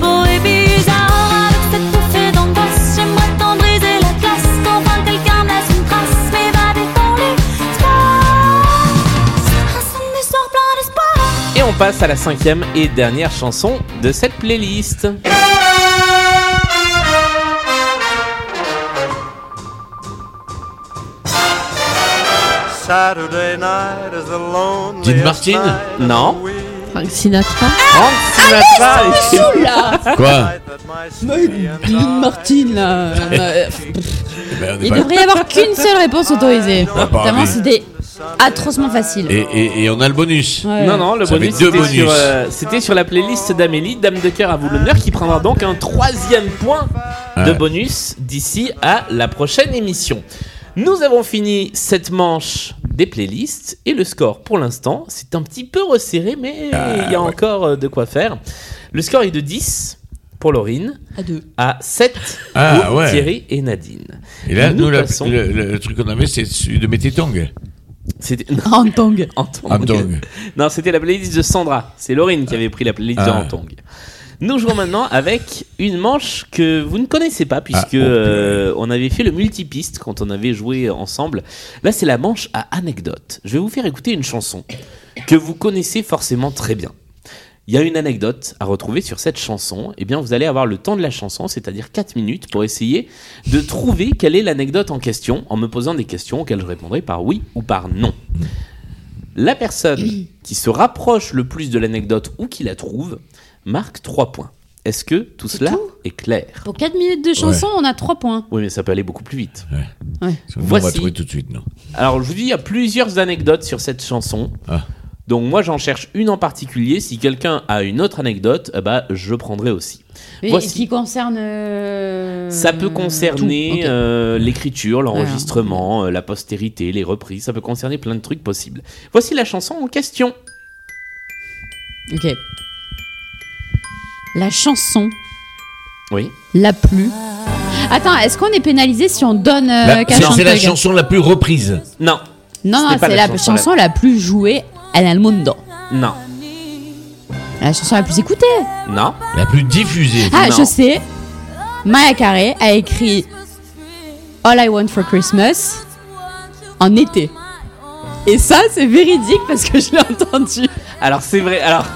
[SPEAKER 9] Beau et bizarre, avec cette bouffée d'angoisse, j'aimerais t'en briser la glace. Qu'enfin quelqu'un me laisse une trace, mais va dans l'espoir. Un samedi soir plein d'espoir.
[SPEAKER 1] Et on passe à la cinquième et dernière chanson de cette playlist.
[SPEAKER 10] Saturday night is the loneliest
[SPEAKER 3] Dean Martin
[SPEAKER 10] night of
[SPEAKER 1] Non. Ah,
[SPEAKER 10] the week.
[SPEAKER 11] Frank Sinatra.
[SPEAKER 1] Frank
[SPEAKER 11] Allez, ça me saoule, là
[SPEAKER 3] Quoi
[SPEAKER 11] Mais Dean Martin là. euh,
[SPEAKER 3] Ben, on est
[SPEAKER 2] Il
[SPEAKER 3] pas-
[SPEAKER 2] devrait y avoir qu'une seule réponse autorisée.
[SPEAKER 3] On va pas
[SPEAKER 2] Vraiment,
[SPEAKER 3] arriver.
[SPEAKER 2] c'était atrocement facile.
[SPEAKER 3] Et, et- et on a le bonus.
[SPEAKER 2] Ouais.
[SPEAKER 1] Non, non, le
[SPEAKER 3] Ça fait
[SPEAKER 1] bonus,
[SPEAKER 3] deux
[SPEAKER 1] c'était
[SPEAKER 3] bonus.
[SPEAKER 1] sur, euh, c'était sur la playlist d'Amélie, Dame de cœur à vous l'honneur, qui prendra donc un troisième point de
[SPEAKER 3] Ouais.
[SPEAKER 1] bonus d'ici à la prochaine émission. Nous avons fini cette manche des playlists et le score pour l'instant, c'est un petit peu resserré, mais
[SPEAKER 3] Ah,
[SPEAKER 1] il y a encore euh, de quoi faire. Le score est de 10 pour Laurine,
[SPEAKER 11] À deux.
[SPEAKER 1] à 7
[SPEAKER 3] Ah,
[SPEAKER 1] pour
[SPEAKER 3] ouais.
[SPEAKER 1] Thierry et Nadine.
[SPEAKER 3] Et là, nous, la-
[SPEAKER 1] passons-
[SPEAKER 3] le, le- le truc qu'on avait, c'est celui de Mété Tong.
[SPEAKER 1] C'était... non,
[SPEAKER 11] En tong.
[SPEAKER 1] Antong.
[SPEAKER 3] Antong.
[SPEAKER 1] Non, c'était la playlist de Sandra. C'est Laurine qui avait pris la playlist de
[SPEAKER 3] Ah.
[SPEAKER 1] Antong. Nous jouons maintenant avec une manche que vous ne connaissez pas puisque
[SPEAKER 3] Ah, oh,
[SPEAKER 1] euh, on avait fait le multipiste quand on avait joué ensemble. Là, c'est la manche à anecdote. Je vais vous faire écouter une chanson que vous connaissez forcément très bien. Il y a une anecdote à retrouver sur cette chanson. Eh bien, vous allez avoir le temps de la chanson, c'est-à-dire 4 minutes, pour essayer de trouver quelle est l'anecdote en question, en me posant des questions auxquelles je répondrai par oui ou par non. La personne qui se rapproche le plus de l'anecdote ou qui la trouve marque 3 points. Est-ce que tout cela est clair
[SPEAKER 2] Pour 4 minutes de chanson, on a 3 points.
[SPEAKER 1] Oui, mais ça peut aller beaucoup plus vite.
[SPEAKER 2] Ouais.
[SPEAKER 3] On va
[SPEAKER 1] Voici-
[SPEAKER 3] trouver tout de suite, non
[SPEAKER 1] Alors, je vous dis, il y a plusieurs anecdotes sur cette chanson.
[SPEAKER 3] Ah.
[SPEAKER 1] Donc, moi, j'en cherche une en particulier. Si quelqu'un a une autre anecdote, eh ben, je prendrai aussi.
[SPEAKER 2] Mais
[SPEAKER 1] Voici.
[SPEAKER 2] ce qui concerne. euh,
[SPEAKER 1] Ça peut concerner
[SPEAKER 2] tout. Ok.
[SPEAKER 1] euh, l'écriture,
[SPEAKER 2] Voilà.
[SPEAKER 1] l'enregistrement, euh, la postérité, les reprises. Ça peut concerner plein de trucs possibles. Voici la chanson en question. euh,
[SPEAKER 2] Ok. La chanson
[SPEAKER 1] Oui.
[SPEAKER 2] la plus. Attends, est-ce qu'on est pénalisé si on donne euh,
[SPEAKER 3] La-
[SPEAKER 2] qu'à
[SPEAKER 3] c'est- C'est la
[SPEAKER 2] Chantegue
[SPEAKER 3] chanson la plus reprise.
[SPEAKER 1] Non.
[SPEAKER 2] Non,
[SPEAKER 1] Ce n'est
[SPEAKER 2] non,
[SPEAKER 1] pas
[SPEAKER 2] c'est la chanson, la... plus jouée en al mundo.
[SPEAKER 1] Non.
[SPEAKER 2] La chanson la plus écoutée.
[SPEAKER 1] Non.
[SPEAKER 3] La plus diffusée.
[SPEAKER 2] Ah,
[SPEAKER 1] Non.
[SPEAKER 2] je sais. Maya Carey a écrit All I Want for Christmas en été. Et ça, c'est véridique parce que je l'ai entendu.
[SPEAKER 1] Alors, c'est vrai. Alors,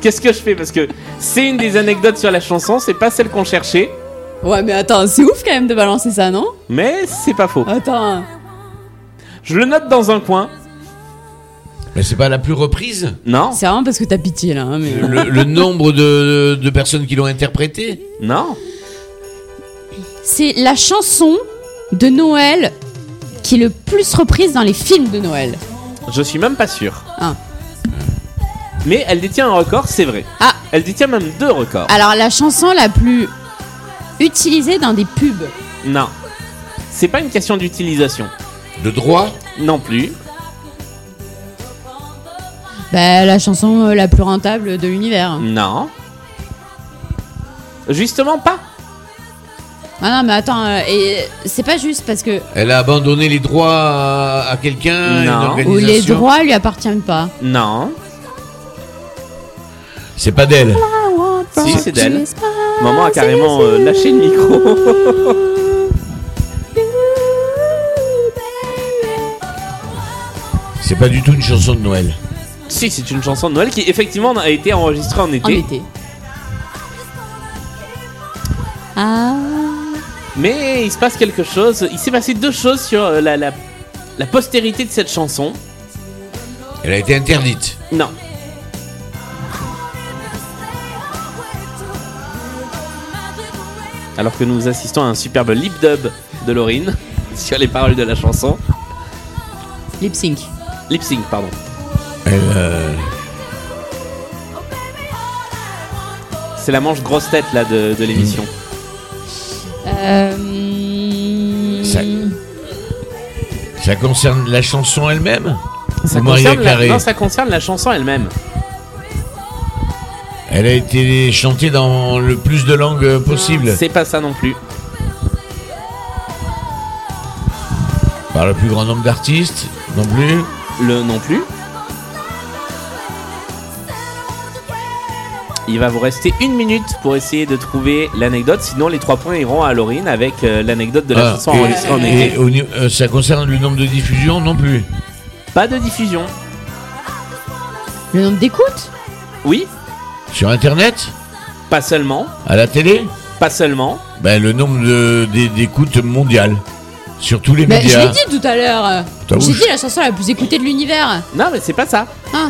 [SPEAKER 1] qu'est-ce que je fais Parce que c'est une des anecdotes sur la chanson. C'est pas celle qu'on cherchait,
[SPEAKER 2] Ouais, mais attends, c'est ouf quand même de balancer ça, non
[SPEAKER 1] mais c'est pas faux.
[SPEAKER 2] Attends.
[SPEAKER 1] Je le note dans un coin.
[SPEAKER 3] Mais c'est pas la plus reprise
[SPEAKER 1] Non.
[SPEAKER 2] C'est vraiment parce que t'as pitié là. hein, mais...
[SPEAKER 3] le, le nombre de, de personnes qui l'ont interprétée
[SPEAKER 1] Non.
[SPEAKER 2] C'est la chanson de Noël qui est le plus reprise dans les films de Noël.
[SPEAKER 1] Je suis même pas sûr.
[SPEAKER 2] Ah.
[SPEAKER 1] Mais elle détient un record, c'est vrai.
[SPEAKER 2] Ah.
[SPEAKER 1] Elle détient même deux records.
[SPEAKER 2] Alors, la chanson la plus utilisée dans des pubs.
[SPEAKER 1] Non. C'est pas une question d'utilisation.
[SPEAKER 3] De droit
[SPEAKER 1] Non plus.
[SPEAKER 2] Bah, la chanson euh, la plus rentable de l'univers.
[SPEAKER 1] Non. Justement pas.
[SPEAKER 2] Ah non, mais attends, euh, et c'est pas juste parce que
[SPEAKER 3] Elle a abandonné les droits à, à quelqu'un à une
[SPEAKER 1] Non.
[SPEAKER 2] ou les
[SPEAKER 3] organisation
[SPEAKER 2] droits lui appartiennent pas.
[SPEAKER 1] Non.
[SPEAKER 3] C'est pas d'elle.
[SPEAKER 1] Si, c'est d'elle. Maman a carrément euh, lâché le micro.
[SPEAKER 3] C'est pas du tout une chanson de Noël.
[SPEAKER 1] si, c'est une chanson de Noël qui effectivement a été enregistrée en été.
[SPEAKER 2] En été. Ah.
[SPEAKER 1] Mais il se passe quelque chose. Il s'est passé deux choses sur euh, la, la, la postérité de cette chanson.
[SPEAKER 3] Elle a été interdite.
[SPEAKER 1] Non. Alors que nous assistons à un superbe lip dub de Laurine sur les paroles de la chanson.
[SPEAKER 2] Lip sync.
[SPEAKER 1] Lip sync, pardon.
[SPEAKER 3] Elle, euh,
[SPEAKER 1] C'est la manche grosse tête là de, de l'émission.
[SPEAKER 2] Euh...
[SPEAKER 3] Ça- ça concerne la chanson elle-même
[SPEAKER 1] Ça
[SPEAKER 3] Ou Maria
[SPEAKER 1] concerne la,
[SPEAKER 3] Carey
[SPEAKER 1] non, ça concerne la chanson elle-même.
[SPEAKER 3] Elle a été chantée dans le plus de langues possible.
[SPEAKER 1] C'est pas ça non plus.
[SPEAKER 3] Par le plus grand nombre d'artistes non plus.
[SPEAKER 1] Le non plus. Il va vous rester une minute pour essayer de trouver l'anecdote, sinon les trois points iront à Laurine avec euh, l'anecdote de la
[SPEAKER 3] Ah,
[SPEAKER 1] chanson
[SPEAKER 3] et-
[SPEAKER 1] enregistrée en
[SPEAKER 3] et
[SPEAKER 1] été.
[SPEAKER 3] au ni- euh, ça concerne le nombre de diffusions non plus.
[SPEAKER 1] Pas de diffusion.
[SPEAKER 2] Le nombre d'écoutes
[SPEAKER 1] Oui,
[SPEAKER 3] Sur Internet
[SPEAKER 1] pas seulement,
[SPEAKER 3] À la télé
[SPEAKER 1] pas seulement.
[SPEAKER 3] ben, Le nombre de- d'é- d'écoutes mondiales. Sur tous les
[SPEAKER 2] Bah, je l'ai
[SPEAKER 3] médias.
[SPEAKER 2] dit tout à l'heure.
[SPEAKER 3] Ta
[SPEAKER 2] J'ai
[SPEAKER 3] bouche.
[SPEAKER 2] dit la chanson la plus écoutée de l'univers.
[SPEAKER 1] Non, mais c'est pas ça.
[SPEAKER 2] Ah.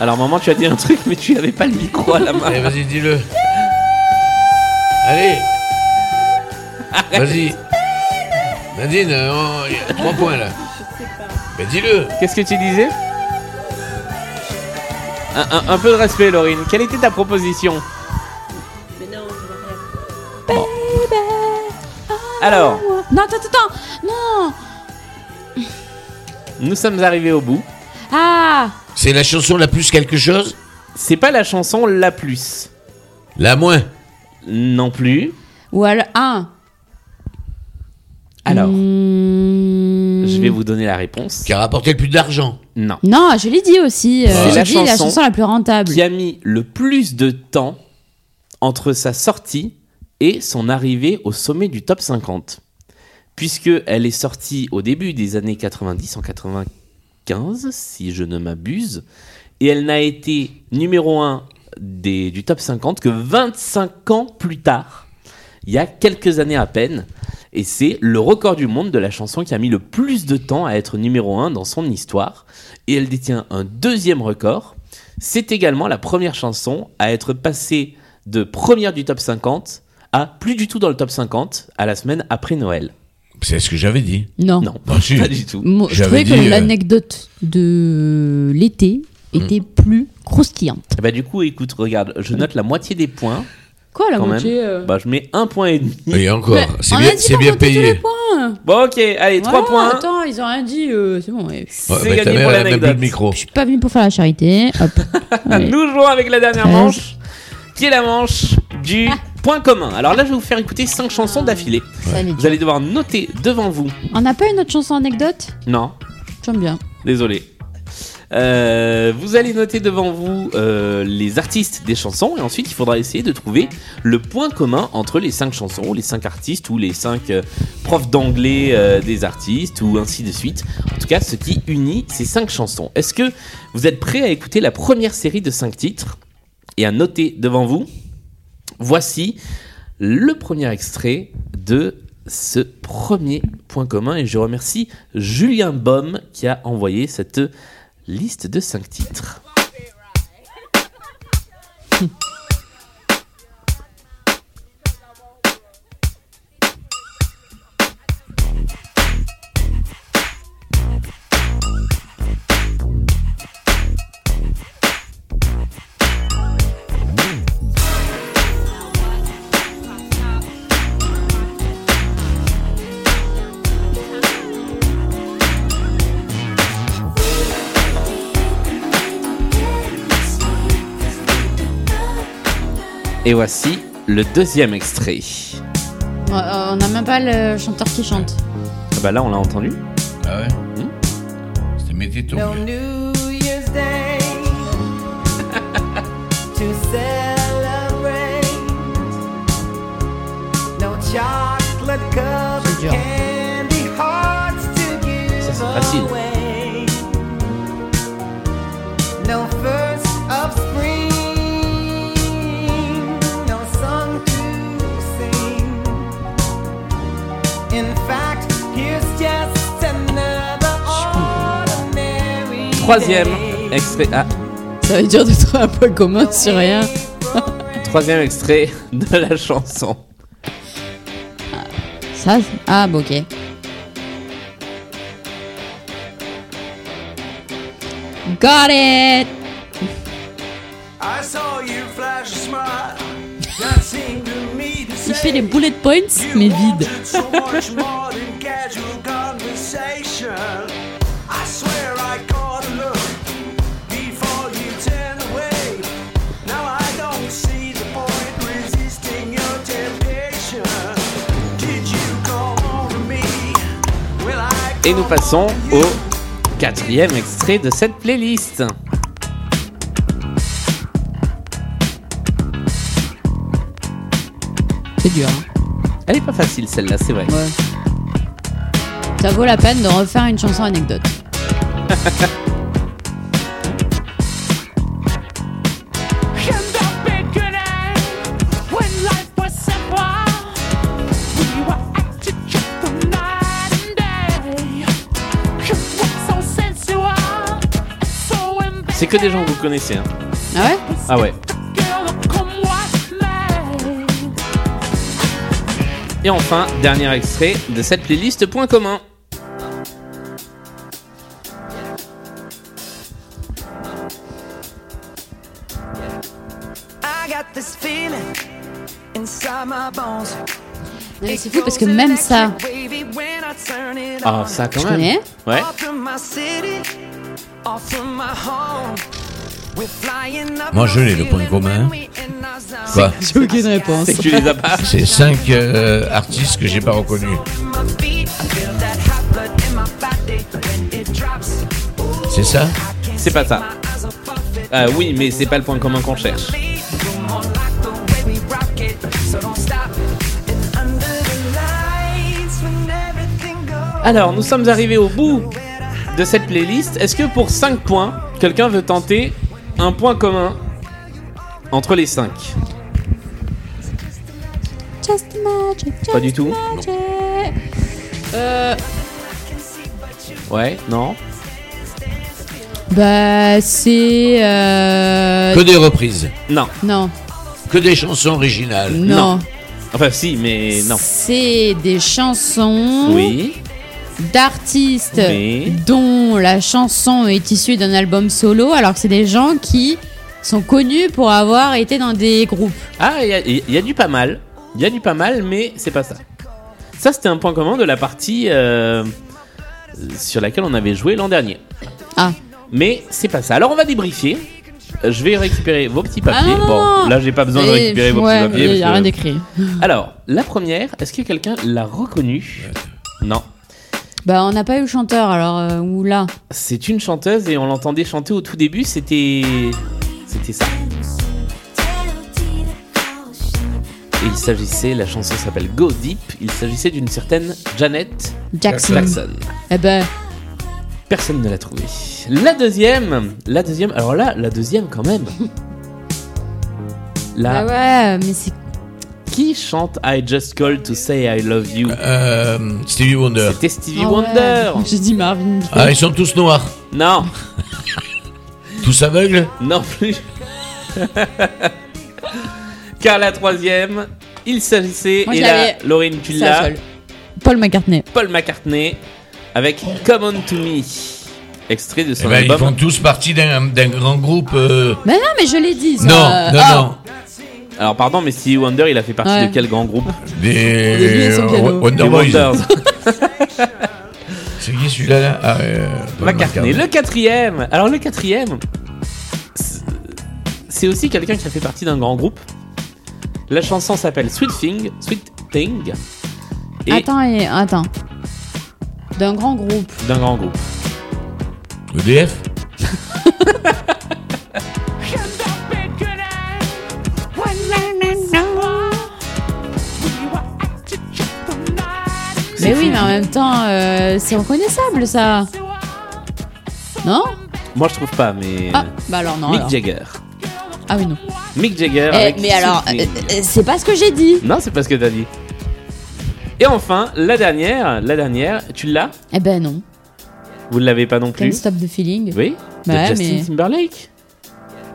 [SPEAKER 1] Alors, maman, tu as dit un truc, mais tu n'avais pas le micro à la main.
[SPEAKER 3] Allez, vas-y, dis-le. Allez. Vas-y. Nadine, euh, on- il y a trois points là. Mais dis-le.
[SPEAKER 1] Qu'est-ce que tu disais un, un- un peu de respect, Laurine. Quelle était ta proposition Alors,
[SPEAKER 2] Non, attends, attends, attends. Non.
[SPEAKER 1] nous sommes arrivés au bout.
[SPEAKER 2] Ah.
[SPEAKER 3] C'est la chanson la plus quelque chose
[SPEAKER 1] C'est pas la chanson la plus.
[SPEAKER 3] La moins
[SPEAKER 1] Non plus.
[SPEAKER 2] Ou alors ah, un.
[SPEAKER 1] Alors,
[SPEAKER 2] Hmm.
[SPEAKER 1] je vais vous donner la réponse.
[SPEAKER 3] Qui a rapporté le plus d'argent
[SPEAKER 1] Non.
[SPEAKER 2] Non, je l'ai dit aussi. euh,
[SPEAKER 1] C'est
[SPEAKER 2] J'ai
[SPEAKER 1] la
[SPEAKER 2] dit la
[SPEAKER 1] chanson
[SPEAKER 2] chanson la plus rentable.
[SPEAKER 1] Qui a mis le plus de temps entre sa sortie et son arrivée au sommet du top 50. Puisque elle est sortie au début des années 90, en 95, si je ne m'abuse, et elle n'a été numéro 1 des, du top 50 que 25 ans plus tard, il y a quelques années à peine, et c'est le record du monde de la chanson qui a mis le plus de temps à être numéro 1 dans son histoire, et elle détient un deuxième record. C'est également la première chanson à être passée de première du top 50 à plus du tout dans le top 50 à la semaine après Noël.
[SPEAKER 3] C'est ce que j'avais dit.
[SPEAKER 2] Non.
[SPEAKER 1] Non,
[SPEAKER 3] Ah, si.
[SPEAKER 1] pas du tout.
[SPEAKER 2] Moi, je trouvais que l'anecdote de l'été
[SPEAKER 1] Hmm.
[SPEAKER 2] était plus croustillante.
[SPEAKER 1] Bah du coup, écoute, regarde, je note la moitié des points.
[SPEAKER 2] Quoi, la
[SPEAKER 1] quand même.
[SPEAKER 2] moitié, euh
[SPEAKER 1] Bah je mets un point et demi.
[SPEAKER 3] Et encore,
[SPEAKER 2] Mais c'est on bien- a dit c'est qu'on bien comptait tous payé. les points.
[SPEAKER 1] Bon ok, allez,
[SPEAKER 2] Voilà,
[SPEAKER 1] trois points.
[SPEAKER 2] Attends, ils ont rien dit. euh, c'est bon. ouais.
[SPEAKER 1] C'est
[SPEAKER 3] bah, ta
[SPEAKER 1] gagné
[SPEAKER 3] mère,
[SPEAKER 1] pour
[SPEAKER 3] elle a même plus
[SPEAKER 1] l'anecdote.
[SPEAKER 3] de micro.
[SPEAKER 2] Je suis pas venu pour faire la charité. Hop. Ouais.
[SPEAKER 1] Nous jouons avec la dernière
[SPEAKER 2] Treize.
[SPEAKER 1] manche, qui est la manche du point commun. Alors là, je vais vous faire écouter cinq chansons d'affilée.
[SPEAKER 2] Ça, mais
[SPEAKER 1] Vous allez devoir noter devant vous.
[SPEAKER 2] On n'a pas une autre chanson anecdote
[SPEAKER 1] Non,
[SPEAKER 2] J'aime bien.
[SPEAKER 1] désolé. Euh, vous allez noter devant vous euh, les artistes des chansons et ensuite il faudra essayer de trouver le point commun entre les cinq chansons, les cinq artistes ou les cinq euh, profs d'anglais euh, des artistes ou ainsi de suite. En tout cas, ce qui unit ces cinq chansons. Est-ce que vous êtes prêts à écouter la première série de cinq titres et à noter devant vous Voici le premier extrait de ce premier point commun et je remercie Julien Baum qui a envoyé cette liste de cinq titres. Et voici le deuxième extrait.
[SPEAKER 2] Euh, euh, on n'a même pas le chanteur qui chante.
[SPEAKER 1] Ah bah là on l'a entendu.
[SPEAKER 3] Ah ouais C'était
[SPEAKER 4] No New Year's Day to celebrate. No chocolate cups,
[SPEAKER 1] C'est dur.
[SPEAKER 4] candy hearts
[SPEAKER 1] Ça,
[SPEAKER 4] to give
[SPEAKER 1] c'est facile.
[SPEAKER 4] away. No first of spring, no song to sing. In fact, here's just another ordinary
[SPEAKER 1] Troisième
[SPEAKER 4] day.
[SPEAKER 1] extrait. Ah,
[SPEAKER 2] Ça va être dur de trouver un point commun sur rien.
[SPEAKER 1] troisième extrait de la chanson.
[SPEAKER 2] Ça c'est- Ah, bon, ok. Got it
[SPEAKER 4] I saw you flash a smile. That seemed to me to
[SPEAKER 2] Il fait
[SPEAKER 4] say
[SPEAKER 2] les bullet points, mais vide.
[SPEAKER 4] so much more than casual conversation. I swear I caught a look before you turned away. Now I don't see the point resisting your temptation. Did you call over me? Will I
[SPEAKER 1] Et nous passons au quatrième extrait de cette playlist.
[SPEAKER 2] C'est dur. hein.
[SPEAKER 1] Elle est pas facile celle-là, c'est vrai.
[SPEAKER 2] Ça vaut la peine de refaire une chanson anecdote.
[SPEAKER 9] Can that be good? When life was simple,
[SPEAKER 1] C'est que des gens que vous connaissez. hein.
[SPEAKER 2] Ah ouais
[SPEAKER 1] Ah ouais. Et enfin, dernier extrait de cette playlist Point commun.
[SPEAKER 4] I got this feeling inside my bones.
[SPEAKER 2] Ouais, C'est fou parce que même ça,
[SPEAKER 4] Wavy when I turn it
[SPEAKER 1] Ah, ça quand
[SPEAKER 2] Tu
[SPEAKER 1] même.
[SPEAKER 2] connais
[SPEAKER 1] Ouais.
[SPEAKER 4] off from my city, off from my home. We're flying up
[SPEAKER 3] Moi, je l'ai, le point commun. Quoi
[SPEAKER 2] J'ai aucune réponse.
[SPEAKER 1] C'est que tu les as pas.
[SPEAKER 3] C'est cinq euh, artistes que j'ai pas reconnus.
[SPEAKER 4] my feet. I feel that hot blood in my body when it drops.
[SPEAKER 3] C'est ça
[SPEAKER 1] C'est pas ça. Euh, oui, mais c'est pas le point commun qu'on cherche.
[SPEAKER 4] Come on, like the way we rock it, so don't stop. And under the lights, when everything goes.
[SPEAKER 1] Alors, nous sommes arrivés au bout de cette playlist. Est-ce que pour 5 points, quelqu'un veut tenter un point commun entre les 5
[SPEAKER 2] Just magic, just
[SPEAKER 1] Pas du tout.
[SPEAKER 2] magic. Euh,
[SPEAKER 1] Ouais, non
[SPEAKER 2] bah c'est. euh,
[SPEAKER 3] Que des reprises.
[SPEAKER 1] Non.
[SPEAKER 2] Non,
[SPEAKER 3] Que des chansons originales.
[SPEAKER 2] non.
[SPEAKER 1] Enfin, si, mais non.
[SPEAKER 2] C'est des chansons
[SPEAKER 1] Oui.
[SPEAKER 2] d'artistes
[SPEAKER 1] Oui.
[SPEAKER 2] dont la chanson est issue d'un album solo, alors que c'est des gens qui sont connus pour avoir été dans des groupes.
[SPEAKER 1] Ah, il y a- il y, a du pas mal. Il y a du pas mal, mais c'est pas ça. Ça, c'était un point commun de la partie euh, sur laquelle on avait joué l'an dernier.
[SPEAKER 2] Ah.
[SPEAKER 1] Mais c'est pas ça. Alors, on va débriefier. Euh, Je vais récupérer vos petits papiers.
[SPEAKER 2] Ah non, non,
[SPEAKER 1] bon,
[SPEAKER 2] non.
[SPEAKER 1] là, j'ai pas besoin de
[SPEAKER 2] Et-
[SPEAKER 1] récupérer vos
[SPEAKER 2] ouais,
[SPEAKER 1] petits papiers.
[SPEAKER 2] Il n'y a
[SPEAKER 1] parce
[SPEAKER 2] rien
[SPEAKER 1] que-
[SPEAKER 2] d'écrit.
[SPEAKER 1] Alors, la première, est-ce que quelqu'un l'a reconnue Non.
[SPEAKER 2] Bah on n'a pas eu le chanteur alors euh, ou là.
[SPEAKER 1] C'est une chanteuse et on l'entendait chanter au tout début. C'était. C'était ça. Et il s'agissait, la chanson s'appelle Go Deep. Il s'agissait d'une certaine Janet
[SPEAKER 2] Jackson. Eh ben
[SPEAKER 1] Personne ne l'a trouvée. La deuxième, la deuxième, alors là, la deuxième quand même. Là, Ah.
[SPEAKER 2] bah ouais, mais c'est
[SPEAKER 1] qui chante I Just Called to Say I Love You
[SPEAKER 3] Euh, Stevie Wonder.
[SPEAKER 1] C'était Stevie
[SPEAKER 2] Ah ouais.
[SPEAKER 1] Wonder.
[SPEAKER 2] J'ai dit Marvin. Gaye.
[SPEAKER 3] Ah, ils sont tous noirs.
[SPEAKER 1] Non,
[SPEAKER 3] Tous aveugles
[SPEAKER 1] non plus. Car la troisième, il s'agissait,
[SPEAKER 2] Moi, je
[SPEAKER 1] et là,
[SPEAKER 2] l'avais.
[SPEAKER 1] Laurine, tu
[SPEAKER 2] C'est la
[SPEAKER 1] l'as,
[SPEAKER 2] seule. Paul McCartney.
[SPEAKER 1] Paul McCartney, avec Come On To Me, extrait de
[SPEAKER 3] Eh
[SPEAKER 1] son
[SPEAKER 3] ben, Ils
[SPEAKER 1] album.
[SPEAKER 3] font tous partie d'un d'un grand groupe. euh,
[SPEAKER 2] Mais non, mais je l'ai dit. ça.
[SPEAKER 3] Non, non,
[SPEAKER 2] Ah,
[SPEAKER 3] non.
[SPEAKER 1] Alors pardon, mais Stevie Wonder, il a fait partie
[SPEAKER 2] Ouais.
[SPEAKER 1] de quel grand groupe
[SPEAKER 3] Des
[SPEAKER 2] vieux sans
[SPEAKER 3] Wo-
[SPEAKER 2] piano.
[SPEAKER 3] Wonder
[SPEAKER 1] Les
[SPEAKER 3] Boys.
[SPEAKER 1] Wonders.
[SPEAKER 3] C'est qui celui-là là ah, euh, Paul
[SPEAKER 1] McCartney.
[SPEAKER 3] McCartney.
[SPEAKER 1] Le quatrième. Alors le quatrième, c'est- c'est aussi quelqu'un qui a fait partie d'un grand groupe. La chanson s'appelle Sweet Thing. Sweet Thing. Et
[SPEAKER 2] Attends, et- attends. D'un grand groupe.
[SPEAKER 1] d'un grand groupe.
[SPEAKER 3] EDF
[SPEAKER 2] Mais oui, mais en même temps, euh, c'est reconnaissable ça. Non
[SPEAKER 1] Moi je trouve pas, mais
[SPEAKER 2] Ah, bah alors non.
[SPEAKER 1] Euh, Mick
[SPEAKER 2] alors.
[SPEAKER 1] Jagger.
[SPEAKER 2] Ah oui, non.
[SPEAKER 1] Mick Jagger.
[SPEAKER 2] Eh,
[SPEAKER 1] avec
[SPEAKER 2] mais
[SPEAKER 1] Sweet
[SPEAKER 2] alors,
[SPEAKER 1] Thing.
[SPEAKER 2] euh, euh, c'est pas ce que j'ai dit.
[SPEAKER 1] Non, c'est pas ce que t'as dit. Et enfin, la dernière, la dernière, tu l'as
[SPEAKER 2] Eh ben non.
[SPEAKER 1] Vous l'avez pas non
[SPEAKER 2] Can't
[SPEAKER 1] plus
[SPEAKER 2] stop the feeling.
[SPEAKER 1] Oui de
[SPEAKER 2] Ouais,
[SPEAKER 1] Justin
[SPEAKER 2] mais-
[SPEAKER 1] Timberlake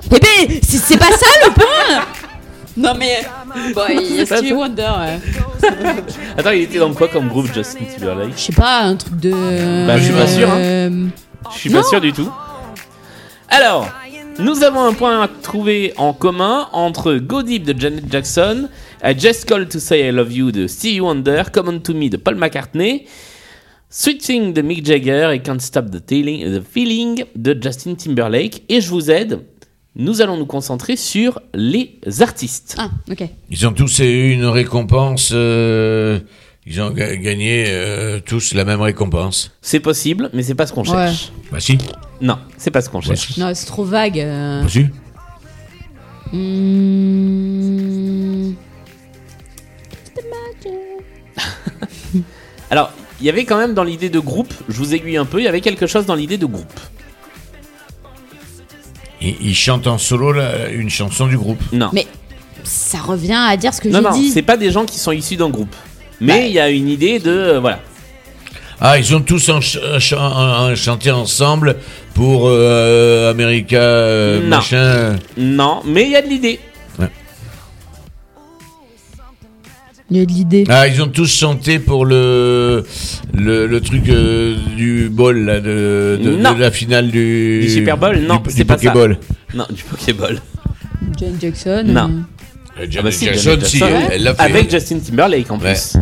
[SPEAKER 2] Eh ben, c'est- c'est pas ça le point Non mais. Bah, il y a
[SPEAKER 1] C'est pas
[SPEAKER 2] Stevie
[SPEAKER 1] ça.
[SPEAKER 2] Wonder, ouais.
[SPEAKER 1] Attends, il était dans quoi comme groupe Justin Timberlake
[SPEAKER 2] Je sais pas, un truc de.
[SPEAKER 1] Bah, je suis pas sûr, hein.
[SPEAKER 2] euh,
[SPEAKER 1] Je suis pas sûr du tout. Alors, nous avons un point à trouver en commun entre Go Deep de Janet Jackson, I Just Call to Say I Love You de Stevie Wonder, Come On To Me de Paul McCartney, Sweet Thing de Mick Jagger et Can't Stop the, Feeling- the Feeling de Justin Timberlake. Et je vous aide, nous allons nous concentrer sur les artistes.
[SPEAKER 2] Ah, ok.
[SPEAKER 3] Ils ont tous eu une récompense. euh, ils ont ga- gagné euh, tous la même récompense.
[SPEAKER 1] C'est possible, mais c'est pas ce qu'on
[SPEAKER 2] Ouais.
[SPEAKER 1] cherche.
[SPEAKER 3] Bah si.
[SPEAKER 1] Non, c'est pas ce qu'on
[SPEAKER 3] Bah
[SPEAKER 1] cherche.
[SPEAKER 3] si.
[SPEAKER 2] Non, c'est trop vague. euh.
[SPEAKER 3] Bah si.
[SPEAKER 2] Hmm.
[SPEAKER 1] Alors, il y avait quand même dans l'idée de groupe, je vous aiguille un peu, il y avait quelque chose dans l'idée de groupe.
[SPEAKER 3] Ils, ils chantent en solo là, une chanson du groupe.
[SPEAKER 1] Non.
[SPEAKER 2] Mais ça revient à dire ce que
[SPEAKER 1] Non,
[SPEAKER 2] j'ai
[SPEAKER 1] non,
[SPEAKER 2] dit. Bah.
[SPEAKER 1] c'est pas des gens qui sont issus d'un groupe. Mais il y a une idée de. euh, voilà.
[SPEAKER 3] Ah, ils ont tous en ch- euh, chan- en- en- chanté ensemble pour euh, America euh,
[SPEAKER 1] Non.
[SPEAKER 3] machin.
[SPEAKER 1] Non, mais il y a de l'idée.
[SPEAKER 2] Il y a de l'idée.
[SPEAKER 3] Ah, ils ont tous chanté pour le le, le truc euh, du bol là, de, de- de
[SPEAKER 1] Non.
[SPEAKER 3] la finale du,
[SPEAKER 1] Du Super Bowl Non,
[SPEAKER 3] du,
[SPEAKER 1] c'est
[SPEAKER 3] du
[SPEAKER 1] pas ça.
[SPEAKER 3] Pokéball.
[SPEAKER 1] Non, du Pokéball.
[SPEAKER 2] John Jackson. euh,
[SPEAKER 1] Non.
[SPEAKER 3] Janet
[SPEAKER 1] Ah bah si,
[SPEAKER 3] Jackson,
[SPEAKER 1] Janet
[SPEAKER 3] si,
[SPEAKER 1] Jackson.
[SPEAKER 3] elle- elle l'a fait.
[SPEAKER 1] Avec Justin Timberlake en plus.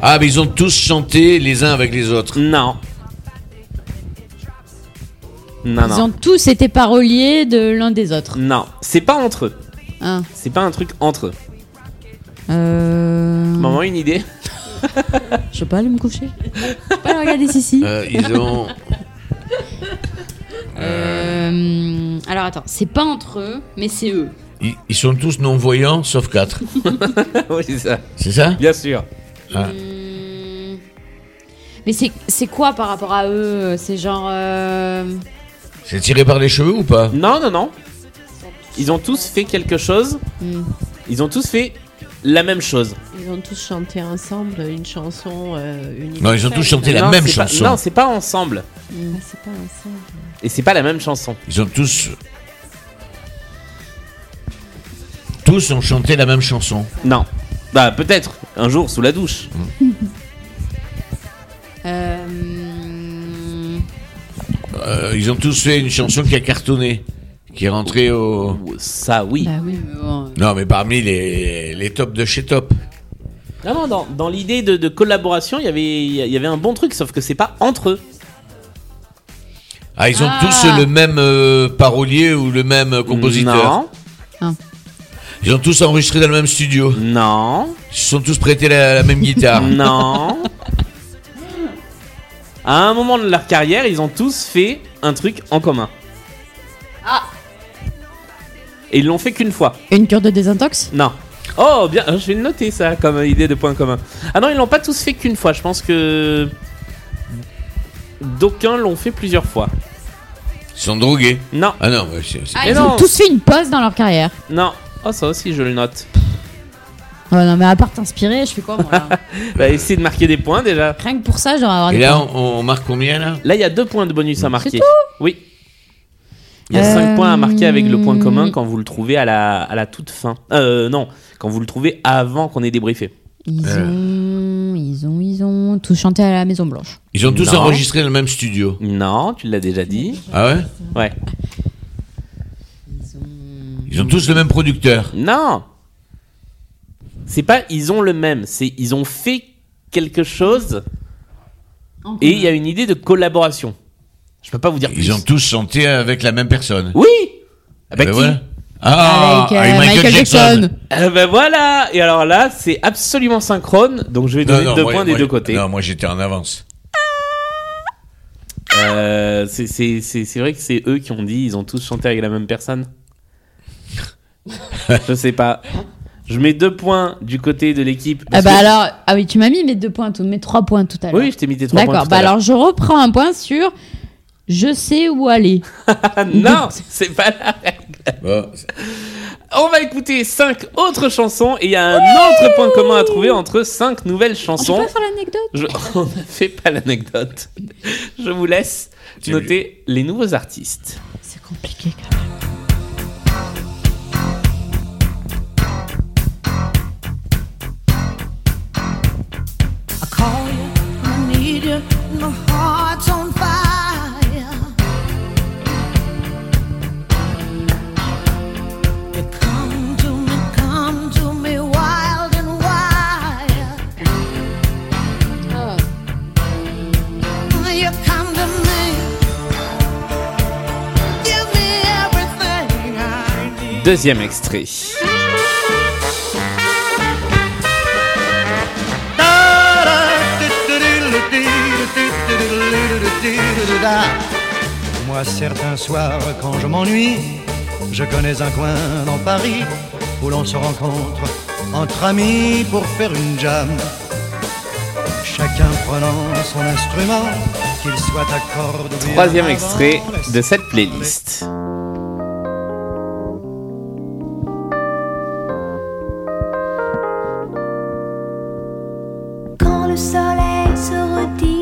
[SPEAKER 3] Ah, mais ils ont tous chanté les uns avec les autres.
[SPEAKER 1] Non. Non,
[SPEAKER 2] Ils
[SPEAKER 1] non.
[SPEAKER 2] ont tous été paroliers de l'un des autres.
[SPEAKER 1] Non, c'est pas entre eux.
[SPEAKER 2] Hein.
[SPEAKER 1] C'est pas un truc entre eux.
[SPEAKER 2] Euh...
[SPEAKER 1] Maman, une idée
[SPEAKER 2] Je peux pas aller me coucher. Je peux pas aller regarder Sissi.
[SPEAKER 3] Euh, ils ont.
[SPEAKER 2] Euh, Alors attends, c'est pas entre eux, mais c'est eux.
[SPEAKER 3] Ils, ils sont tous non-voyants, sauf quatre.
[SPEAKER 1] oui, c'est ça.
[SPEAKER 3] C'est ça
[SPEAKER 1] Bien sûr.
[SPEAKER 3] Ah.
[SPEAKER 2] Mais c'est c'est quoi par rapport à eux C'est genre. euh,
[SPEAKER 3] C'est tiré par les cheveux ou pas
[SPEAKER 1] Non, non, non. Ils ont tous fait quelque chose.
[SPEAKER 2] Mm.
[SPEAKER 12] Hmm.
[SPEAKER 1] Ils ont tous fait la même chose.
[SPEAKER 12] Ils ont tous chanté ensemble une chanson euh, unique.
[SPEAKER 3] Non, ils ont tous chanté la
[SPEAKER 1] Mm. Non,
[SPEAKER 3] même
[SPEAKER 1] c'est pas-
[SPEAKER 3] chanson.
[SPEAKER 1] non, c'est pas ensemble.
[SPEAKER 12] Ah, c'est pas ensemble.
[SPEAKER 1] Et c'est pas la même chanson.
[SPEAKER 3] Ils ont tous. Tous ont chanté la même chanson.
[SPEAKER 1] Non. Bah, peut-être. Un jour, sous la douche.
[SPEAKER 2] euh,
[SPEAKER 3] Euh, ils ont tous fait une chanson qui a cartonné, qui est rentrée au.
[SPEAKER 1] Ça, oui.
[SPEAKER 2] Bah oui, mais bon. euh,
[SPEAKER 3] Non, mais parmi les, les tops de chez Top.
[SPEAKER 1] Non, non, dans, dans l'idée de, de collaboration, il y avait- il y avait un bon truc, sauf que c'est pas entre eux.
[SPEAKER 3] Ah, ils ont
[SPEAKER 1] Ah.
[SPEAKER 3] tous le même euh, parolier ou le même euh, compositeur.
[SPEAKER 1] Non.
[SPEAKER 3] Ils ont tous enregistré dans le même studio.
[SPEAKER 1] Non.
[SPEAKER 3] Ils se sont tous prêtés la, la même guitare.
[SPEAKER 1] Non. À un moment de leur carrière, ils ont tous fait un truc en commun.
[SPEAKER 2] Ah.
[SPEAKER 1] Et ils l'ont fait qu'une fois.
[SPEAKER 2] Une cure de désintox
[SPEAKER 1] Non. Oh, bien, je vais le noter ça comme idée de point commun. Ah non, ils l'ont pas tous fait qu'une fois. Je pense que. D'aucuns l'ont fait plusieurs fois.
[SPEAKER 3] Ils sont drogués.
[SPEAKER 1] Non.
[SPEAKER 3] Ah non, mais c'est- c'est-
[SPEAKER 1] Mais
[SPEAKER 2] Ils
[SPEAKER 1] non.
[SPEAKER 2] ont tous fait une pause dans leur carrière.
[SPEAKER 1] Non. Oh, ça aussi, je le note.
[SPEAKER 2] Oh non, mais à part t'inspirer, je fais quoi moi là
[SPEAKER 1] Bah, essayez de marquer des points déjà.
[SPEAKER 2] Rien que pour ça, j'aurais avoir
[SPEAKER 3] Et
[SPEAKER 2] des
[SPEAKER 3] là,
[SPEAKER 2] points.
[SPEAKER 3] on, on marque combien là
[SPEAKER 1] Là, il y a deux points de bonus à marquer.
[SPEAKER 2] tout
[SPEAKER 1] oui. Il y a
[SPEAKER 2] Euh,
[SPEAKER 1] 5 points à marquer avec le point commun quand vous le trouvez à la, à la toute fin. Euh, non, quand vous le trouvez avant qu'on ait débriefé.
[SPEAKER 2] Ils ont, ils ont, ils ont tous chanté à la Maison Blanche.
[SPEAKER 3] Ils ont tous
[SPEAKER 1] Non.
[SPEAKER 3] enregistré dans le même studio.
[SPEAKER 1] Non, tu l'as déjà dit.
[SPEAKER 3] Ah ouais
[SPEAKER 1] Ouais.
[SPEAKER 3] Ils ont tous le même producteur.
[SPEAKER 1] Non C'est pas ils ont le même, c'est ils ont fait quelque chose et il y a une idée de collaboration. Je peux pas vous dire plus.
[SPEAKER 3] Ils ont tous chanté avec la même personne.
[SPEAKER 1] Oui
[SPEAKER 3] Eh
[SPEAKER 1] Avec
[SPEAKER 3] ben
[SPEAKER 1] qui
[SPEAKER 3] voilà. Ah,
[SPEAKER 2] Avec, euh, Michael Jackson.
[SPEAKER 1] Eh ben voilà Et alors là, c'est absolument synchrone, donc je vais
[SPEAKER 3] Non,
[SPEAKER 1] donner
[SPEAKER 3] non,
[SPEAKER 1] deux
[SPEAKER 3] moi-
[SPEAKER 1] points des
[SPEAKER 3] moi-
[SPEAKER 1] deux côtés.
[SPEAKER 3] Non, moi j'étais en avance.
[SPEAKER 1] Euh, c'est- c'est c'est- c'est vrai que c'est eux qui ont dit ils ont tous chanté avec la même personne. je sais pas. Je mets deux points du côté de l'équipe.
[SPEAKER 2] Ah
[SPEAKER 1] parce
[SPEAKER 2] bah
[SPEAKER 1] que-
[SPEAKER 2] alors, ah oui, tu m'as mis mes deux points, tout, mes trois points tout à l'heure.
[SPEAKER 1] Oui, je t'ai mis tes trois points
[SPEAKER 2] D'accord.
[SPEAKER 1] tout
[SPEAKER 2] Bah
[SPEAKER 1] à l'heure.
[SPEAKER 2] alors, je reprends un point sur. Je sais où aller.
[SPEAKER 1] Ah non, c'est pas la règle.
[SPEAKER 3] Bon,
[SPEAKER 1] On va écouter cinq autres chansons et il y a un autre point commun à trouver entre cinq nouvelles chansons.
[SPEAKER 2] On peut Oh, pas faire l'anecdote
[SPEAKER 1] Je- on ne fait pas l'anecdote. Je vous laisse noter les nouveaux artistes.
[SPEAKER 2] C'est compliqué quand
[SPEAKER 9] I call you, I need you, my heart's on fire. You come to me, come to me, wild and wild. You come to me, give me everything I need.
[SPEAKER 1] Deuxième extrait.
[SPEAKER 11] Moi, certains soirs, quand je m'ennuie, je connais un coin dans Paris où l'on se rencontre entre amis pour faire une jam. Chacun prenant son instrument, qu'il soit à corde ou bien
[SPEAKER 1] Troisième
[SPEAKER 11] à
[SPEAKER 1] extrait
[SPEAKER 11] vent, laisse
[SPEAKER 1] de cette playlist.
[SPEAKER 9] Quand le soleil se retire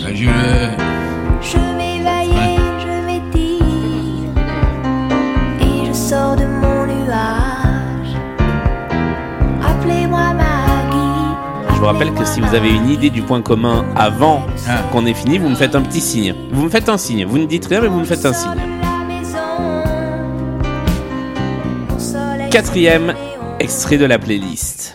[SPEAKER 1] Bah,
[SPEAKER 3] je.
[SPEAKER 9] Je m'éveille, je m'étire et je sors de mon nuage. Appelez-moi Maggie.
[SPEAKER 1] Je vous rappelle que si vous avez une idée du point commun avant
[SPEAKER 3] Ah.
[SPEAKER 1] qu'on ait fini, vous me faites un petit signe. Vous me faites un signe. Vous ne dites rien, mais vous me faites un signe.
[SPEAKER 9] Mon soleil
[SPEAKER 1] Quatrième extrait de la playlist.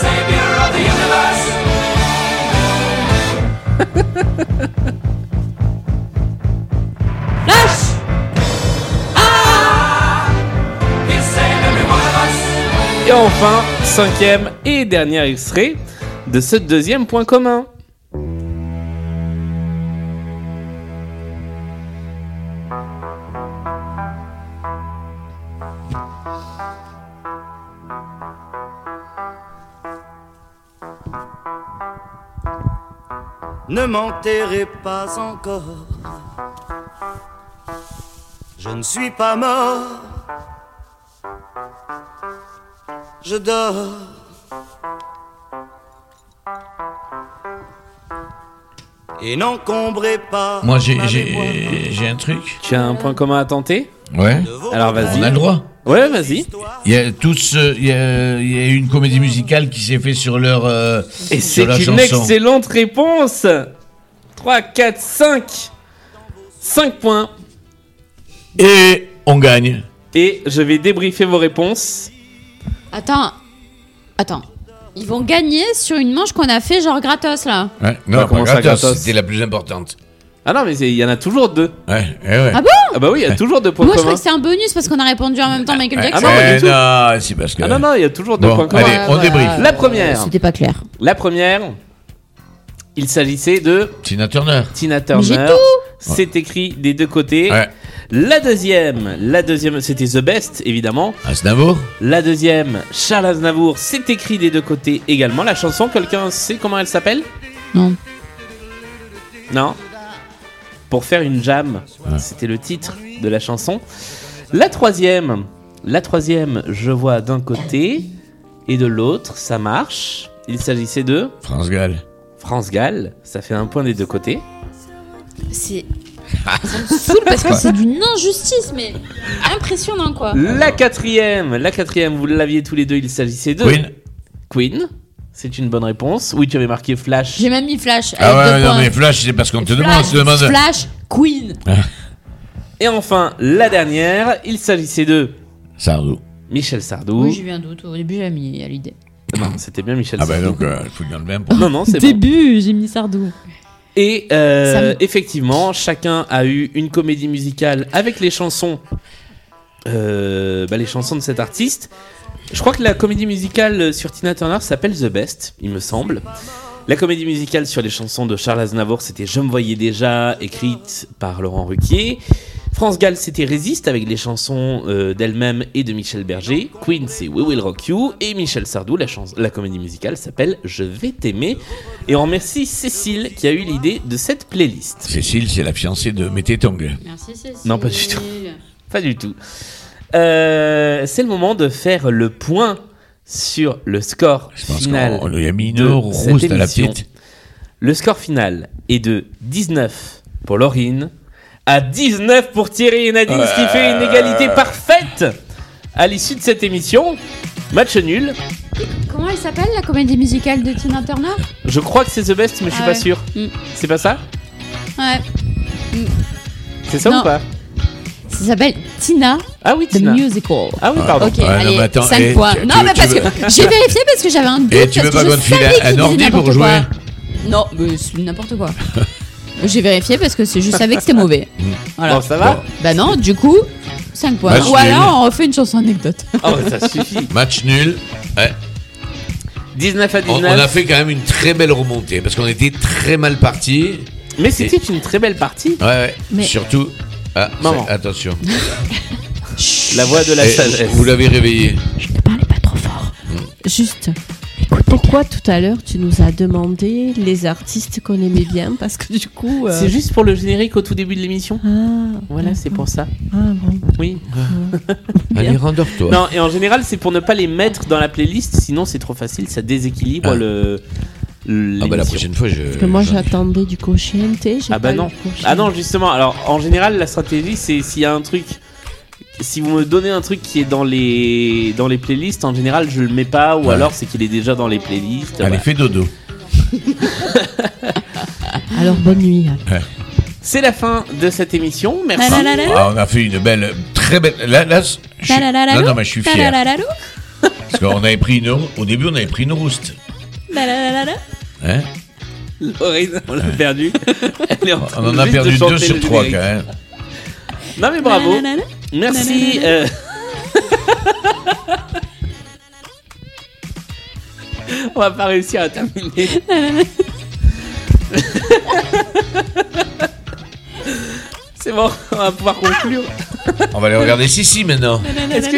[SPEAKER 4] Savior of the universe.
[SPEAKER 2] Lâche
[SPEAKER 4] He saved every one of us.
[SPEAKER 1] Et enfin, cinquième et dernier extrait de ce deuxième point commun.
[SPEAKER 13] Ne m'enterrez pas encore. Je ne suis pas mort. Je dors. Et n'encombrez pas.
[SPEAKER 3] Moi, j'ai-
[SPEAKER 1] Ah,
[SPEAKER 3] j'ai j'ai un truc.
[SPEAKER 1] Tu as un point commun à tenter
[SPEAKER 3] Ouais.
[SPEAKER 1] Alors vas-y.
[SPEAKER 3] On a le droit.
[SPEAKER 1] Ouais, vas-y.
[SPEAKER 3] Il y a tous, euh, il y a, il y a eu une comédie musicale qui s'est faite sur leur. euh,
[SPEAKER 1] Et c'est
[SPEAKER 3] sur leur
[SPEAKER 1] une
[SPEAKER 3] chanson.
[SPEAKER 1] excellente réponse 3, 4, 5 5 points
[SPEAKER 3] Et on gagne.
[SPEAKER 1] Et je vais débriefer vos réponses.
[SPEAKER 2] Attends, attends. Ils vont gagner sur une manche qu'on a fait genre gratos là.
[SPEAKER 3] Ouais,
[SPEAKER 1] On
[SPEAKER 3] non,
[SPEAKER 1] va
[SPEAKER 3] pas
[SPEAKER 1] commencer à
[SPEAKER 3] gratos,
[SPEAKER 1] Bah, gratos.
[SPEAKER 3] c'était la plus importante.
[SPEAKER 1] Ah non, mais c'est- il y en a toujours deux.
[SPEAKER 3] Ouais, eh ouais.
[SPEAKER 2] Ah bon
[SPEAKER 1] Ah bah oui, il y a toujours deux points
[SPEAKER 2] Moi je
[SPEAKER 1] communs.
[SPEAKER 2] crois que c'est un bonus parce qu'on a répondu en même temps Michael
[SPEAKER 1] Ah
[SPEAKER 2] Jackson.
[SPEAKER 1] non, pas du
[SPEAKER 3] Eh
[SPEAKER 1] tout.
[SPEAKER 3] non, c'est parce que.
[SPEAKER 1] Ah non, non, il y a toujours deux
[SPEAKER 3] Bon,
[SPEAKER 1] points communs.
[SPEAKER 3] allez, on Ouais, débriefe. voilà.
[SPEAKER 1] La première.
[SPEAKER 2] C'était pas clair.
[SPEAKER 1] La première, il s'agissait de
[SPEAKER 3] Tina Turner.
[SPEAKER 1] Tina
[SPEAKER 2] Mais j'ai
[SPEAKER 1] Turner.
[SPEAKER 2] tout.
[SPEAKER 1] C'est écrit des deux côtés. La deuxième, la deuxième, c'était The Best, évidemment.
[SPEAKER 3] Aznavour.
[SPEAKER 1] La deuxième, Charles Aznavour, c'est écrit des deux côtés également. La chanson, quelqu'un sait comment elle s'appelle
[SPEAKER 2] Non.
[SPEAKER 1] Non. Pour faire une jam, c'était le titre de la chanson. La troisième, la troisième, je vois d'un côté et de l'autre, ça marche. Il s'agissait de
[SPEAKER 3] France Gall.
[SPEAKER 1] France Gall, ça fait un point des deux côtés.
[SPEAKER 2] C'est.
[SPEAKER 1] Ah.
[SPEAKER 2] Ça me saoule parce que c'est d'une injustice, mais impressionnant quoi.
[SPEAKER 1] La quatrième, la quatrième, vous l'aviez tous les deux, il s'agissait de
[SPEAKER 3] Queen.
[SPEAKER 1] Queen, c'est une bonne réponse. Oui, tu avais marqué Flash.
[SPEAKER 2] J'ai même mis Flash.
[SPEAKER 3] Ah
[SPEAKER 2] avec
[SPEAKER 3] ouais,
[SPEAKER 2] deux
[SPEAKER 3] non,
[SPEAKER 2] points.
[SPEAKER 3] mais Flash, c'est parce qu'on te demande.
[SPEAKER 2] Flash,
[SPEAKER 3] On te demande.
[SPEAKER 2] Flash, Queen.
[SPEAKER 1] Ah Et enfin, la dernière, il s'agissait de
[SPEAKER 3] Sardou.
[SPEAKER 1] Michel Sardou.
[SPEAKER 2] Oui, j'ai eu un doute. Au début, j'ai mis à l'idée.
[SPEAKER 1] Non, c'était bien Michel
[SPEAKER 3] Ah bah
[SPEAKER 1] Sardou.
[SPEAKER 3] donc, euh, il faut bien le même.
[SPEAKER 1] Non, non, c'est bon.
[SPEAKER 2] début, j'ai mis Sardou.
[SPEAKER 1] Et euh,
[SPEAKER 2] Ça me-
[SPEAKER 1] effectivement, chacun a eu une comédie musicale avec les chansons, euh, bah, les chansons de cet artiste. Je crois que la comédie musicale sur Tina Turner s'appelle The Best, il me semble. La comédie musicale sur les chansons de Charles Aznavour, c'était Je me voyais déjà, écrite par Laurent Ruquier. France Gall, c'était Résiste avec les chansons euh, d'elle-même et de Michel Berger. Queen, c'est We Will Rock You. Et Michel Sardou, la, chans- la comédie musicale s'appelle Je vais t'aimer. Et on remercie Cécile qui a eu l'idée de cette playlist.
[SPEAKER 3] Cécile, c'est la fiancée de Mététong.
[SPEAKER 2] Merci, Cécile.
[SPEAKER 1] Non, pas du tout. Pas du tout. Euh, c'est le moment de faire le point sur le score
[SPEAKER 3] pense
[SPEAKER 1] final.
[SPEAKER 3] qu'on lui a mis une
[SPEAKER 1] de
[SPEAKER 3] rousse
[SPEAKER 1] cette
[SPEAKER 3] à la
[SPEAKER 1] émission.
[SPEAKER 3] petite.
[SPEAKER 1] Le score final est de 19 pour Laurine, à 19 pour Thierry et Nadine, ce qui fait une égalité parfaite à l'issue de cette émission. Match nul.
[SPEAKER 2] Comment elle s'appelle la comédie musicale de Tina Turner
[SPEAKER 1] Je crois que c'est The Best, mais je suis
[SPEAKER 2] Ah
[SPEAKER 1] pas
[SPEAKER 2] ouais.
[SPEAKER 1] sûr.
[SPEAKER 2] Mm.
[SPEAKER 1] C'est pas ça
[SPEAKER 2] Ouais.
[SPEAKER 1] C'est ça
[SPEAKER 2] Non.
[SPEAKER 1] ou pas
[SPEAKER 2] Ça s'appelle Tina.
[SPEAKER 1] Ah oui,
[SPEAKER 2] The Musical.
[SPEAKER 1] Ah oui, pardon.
[SPEAKER 2] Ok,
[SPEAKER 3] Ah, non,
[SPEAKER 2] allez,
[SPEAKER 3] mais attends,
[SPEAKER 2] 5
[SPEAKER 3] eh,
[SPEAKER 2] points.
[SPEAKER 3] tu-
[SPEAKER 2] non,
[SPEAKER 3] tu-
[SPEAKER 2] mais
[SPEAKER 3] tu
[SPEAKER 2] parce
[SPEAKER 3] veux-
[SPEAKER 2] que j'ai vérifié parce que j'avais un doute.
[SPEAKER 3] Et tu veux pas
[SPEAKER 2] parce que je
[SPEAKER 3] qu'on te file
[SPEAKER 2] savais
[SPEAKER 3] un
[SPEAKER 2] qu'il disait
[SPEAKER 3] ordi pour
[SPEAKER 2] n'importe quoi.
[SPEAKER 3] jouer
[SPEAKER 2] Non, mais c'est n'importe quoi. J'ai vérifié parce que c'est- je savais que c'était mauvais. Voilà.
[SPEAKER 1] Bon, ça va
[SPEAKER 2] Bah non, du coup, 5 points.
[SPEAKER 3] Match
[SPEAKER 2] Ou alors
[SPEAKER 3] nul.
[SPEAKER 2] on refait une chanson anecdote.
[SPEAKER 1] Oh, bah, ça suffit.
[SPEAKER 3] Match nul. Ouais.
[SPEAKER 1] 19 à
[SPEAKER 3] On,
[SPEAKER 1] 19.
[SPEAKER 3] on a fait quand même une très belle remontée parce qu'on était très mal parti.
[SPEAKER 1] Mais c'était une très belle partie.
[SPEAKER 3] Ouais, ouais.
[SPEAKER 1] Mais-
[SPEAKER 3] Surtout. Ah,
[SPEAKER 1] Maman.
[SPEAKER 3] c'est- Attention.
[SPEAKER 1] La voix de la
[SPEAKER 3] Eh,
[SPEAKER 1] sagesse.
[SPEAKER 3] Vous l'avez réveillé.
[SPEAKER 2] Juste,
[SPEAKER 12] Pourquoi tout à l'heure tu nous as demandé les artistes qu'on aimait bien Parce que du coup. euh,
[SPEAKER 1] C'est juste pour le générique au tout début de l'émission.
[SPEAKER 2] Ah.
[SPEAKER 1] voilà, c'est pour ça.
[SPEAKER 12] Ah bon.
[SPEAKER 1] Oui.
[SPEAKER 3] Allez, rendors-toi.
[SPEAKER 1] Non, et en général, c'est pour ne pas les mettre dans la playlist, sinon c'est trop facile, ça déséquilibre le.
[SPEAKER 3] Ah bah la
[SPEAKER 1] l'émission.
[SPEAKER 3] prochaine fois, je.
[SPEAKER 12] Parce que moi j'attendais du cochienté.
[SPEAKER 1] Ah bah non. Ah non, justement. Alors, en général, la stratégie, c'est s'il y a un truc. Si vous me donnez un truc qui est dans les dans les playlists, en général, je le mets pas, ou
[SPEAKER 3] Ouais.
[SPEAKER 1] alors c'est qu'il est déjà dans les playlists.
[SPEAKER 3] Allez,
[SPEAKER 1] voilà.
[SPEAKER 3] fais dodo.
[SPEAKER 12] Alors bonne nuit.
[SPEAKER 1] C'est la fin de cette émission. Merci.
[SPEAKER 12] Ah là là là.
[SPEAKER 3] Ah, on a fait une belle, très belle. Là, là, je suis- non, non, mais je suis fier. Parce qu'on avait pris une. Au début, on avait pris une rouste. Hein
[SPEAKER 1] Laurine, on l'a perdu. Elle est en train
[SPEAKER 3] On en a
[SPEAKER 1] juste de
[SPEAKER 3] perdu
[SPEAKER 1] chanter
[SPEAKER 3] deux sur
[SPEAKER 1] le
[SPEAKER 3] trois,
[SPEAKER 1] générique.
[SPEAKER 3] quand même.
[SPEAKER 1] Non mais bravo.
[SPEAKER 12] Nanana.
[SPEAKER 1] Merci.
[SPEAKER 12] Nanana.
[SPEAKER 1] euh, On va pas réussir à terminer. C'est bon, on va pouvoir conclure.
[SPEAKER 3] On va aller regarder Sissi maintenant.
[SPEAKER 1] Est-ce que,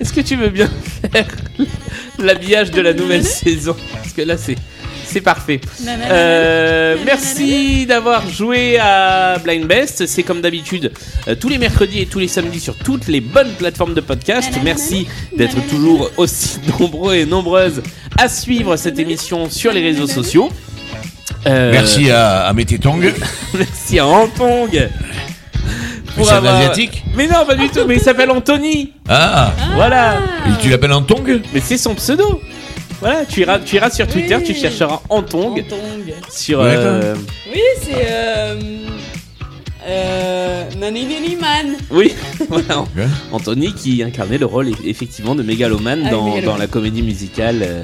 [SPEAKER 1] est-ce que tu veux bien faire l'habillage de la nouvelle saison Parce que là, c'est, c'est parfait.
[SPEAKER 4] Nanana.
[SPEAKER 1] Euh, merci d'avoir joué à Blind Best. C'est comme d'habitude euh, tous les mercredis et tous les samedis sur toutes les bonnes plateformes de podcast. Merci d'être toujours aussi nombreux et nombreuses à suivre cette émission sur les réseaux sociaux. Euh,
[SPEAKER 3] Merci à, à Mététong.
[SPEAKER 1] Merci à Antong.
[SPEAKER 3] Mais c'est un Asiatique
[SPEAKER 1] Mais non, pas du tout, mais il s'appelle Anthony.
[SPEAKER 3] Ah
[SPEAKER 1] Voilà.
[SPEAKER 3] Et tu l'appelles Antong
[SPEAKER 1] Mais c'est son pseudo. Voilà, tu iras, tu iras sur Twitter, tu chercheras Antong. Sur.
[SPEAKER 3] Ouais,
[SPEAKER 1] euh,
[SPEAKER 2] Oui, c'est. Euh, euh, Nanini Man.
[SPEAKER 1] Oui, voilà. Anthony qui incarnait le rôle eff- effectivement de mégalomane
[SPEAKER 2] Ah,
[SPEAKER 1] dans,
[SPEAKER 2] mégalomane.
[SPEAKER 1] dans la comédie musicale. euh,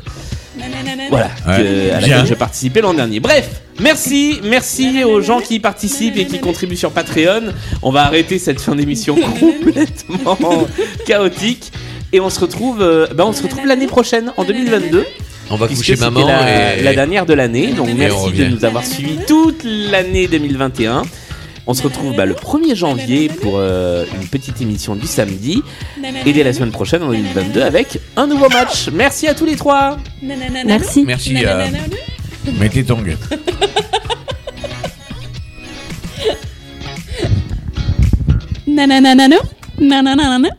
[SPEAKER 2] Nanana.
[SPEAKER 1] Voilà,
[SPEAKER 2] Ouais.
[SPEAKER 1] que- à
[SPEAKER 2] Bien.
[SPEAKER 1] laquelle j'ai participé l'an dernier. Bref, merci, merci aux gens qui y participent et qui contribuent sur Patreon. On va arrêter cette fin d'émission complètement chaotique et on se retrouve, euh, bah, on se retrouve l'année prochaine en 2022.
[SPEAKER 3] On va
[SPEAKER 1] puisque
[SPEAKER 3] coucher
[SPEAKER 1] c'était
[SPEAKER 3] maman
[SPEAKER 1] la,
[SPEAKER 3] et-
[SPEAKER 1] la dernière de l'année. Donc
[SPEAKER 3] Et on
[SPEAKER 1] merci de
[SPEAKER 3] revient.
[SPEAKER 1] nous avoir suivis toute l'année 2021. On se retrouve bah, le 1er janvier pour euh, une petite émission du samedi. Et dès la semaine prochaine en 2022 avec un nouveau match. Merci à tous les trois.
[SPEAKER 12] Merci.
[SPEAKER 3] Merci à Mététong.
[SPEAKER 2] Nanananano. Nananana.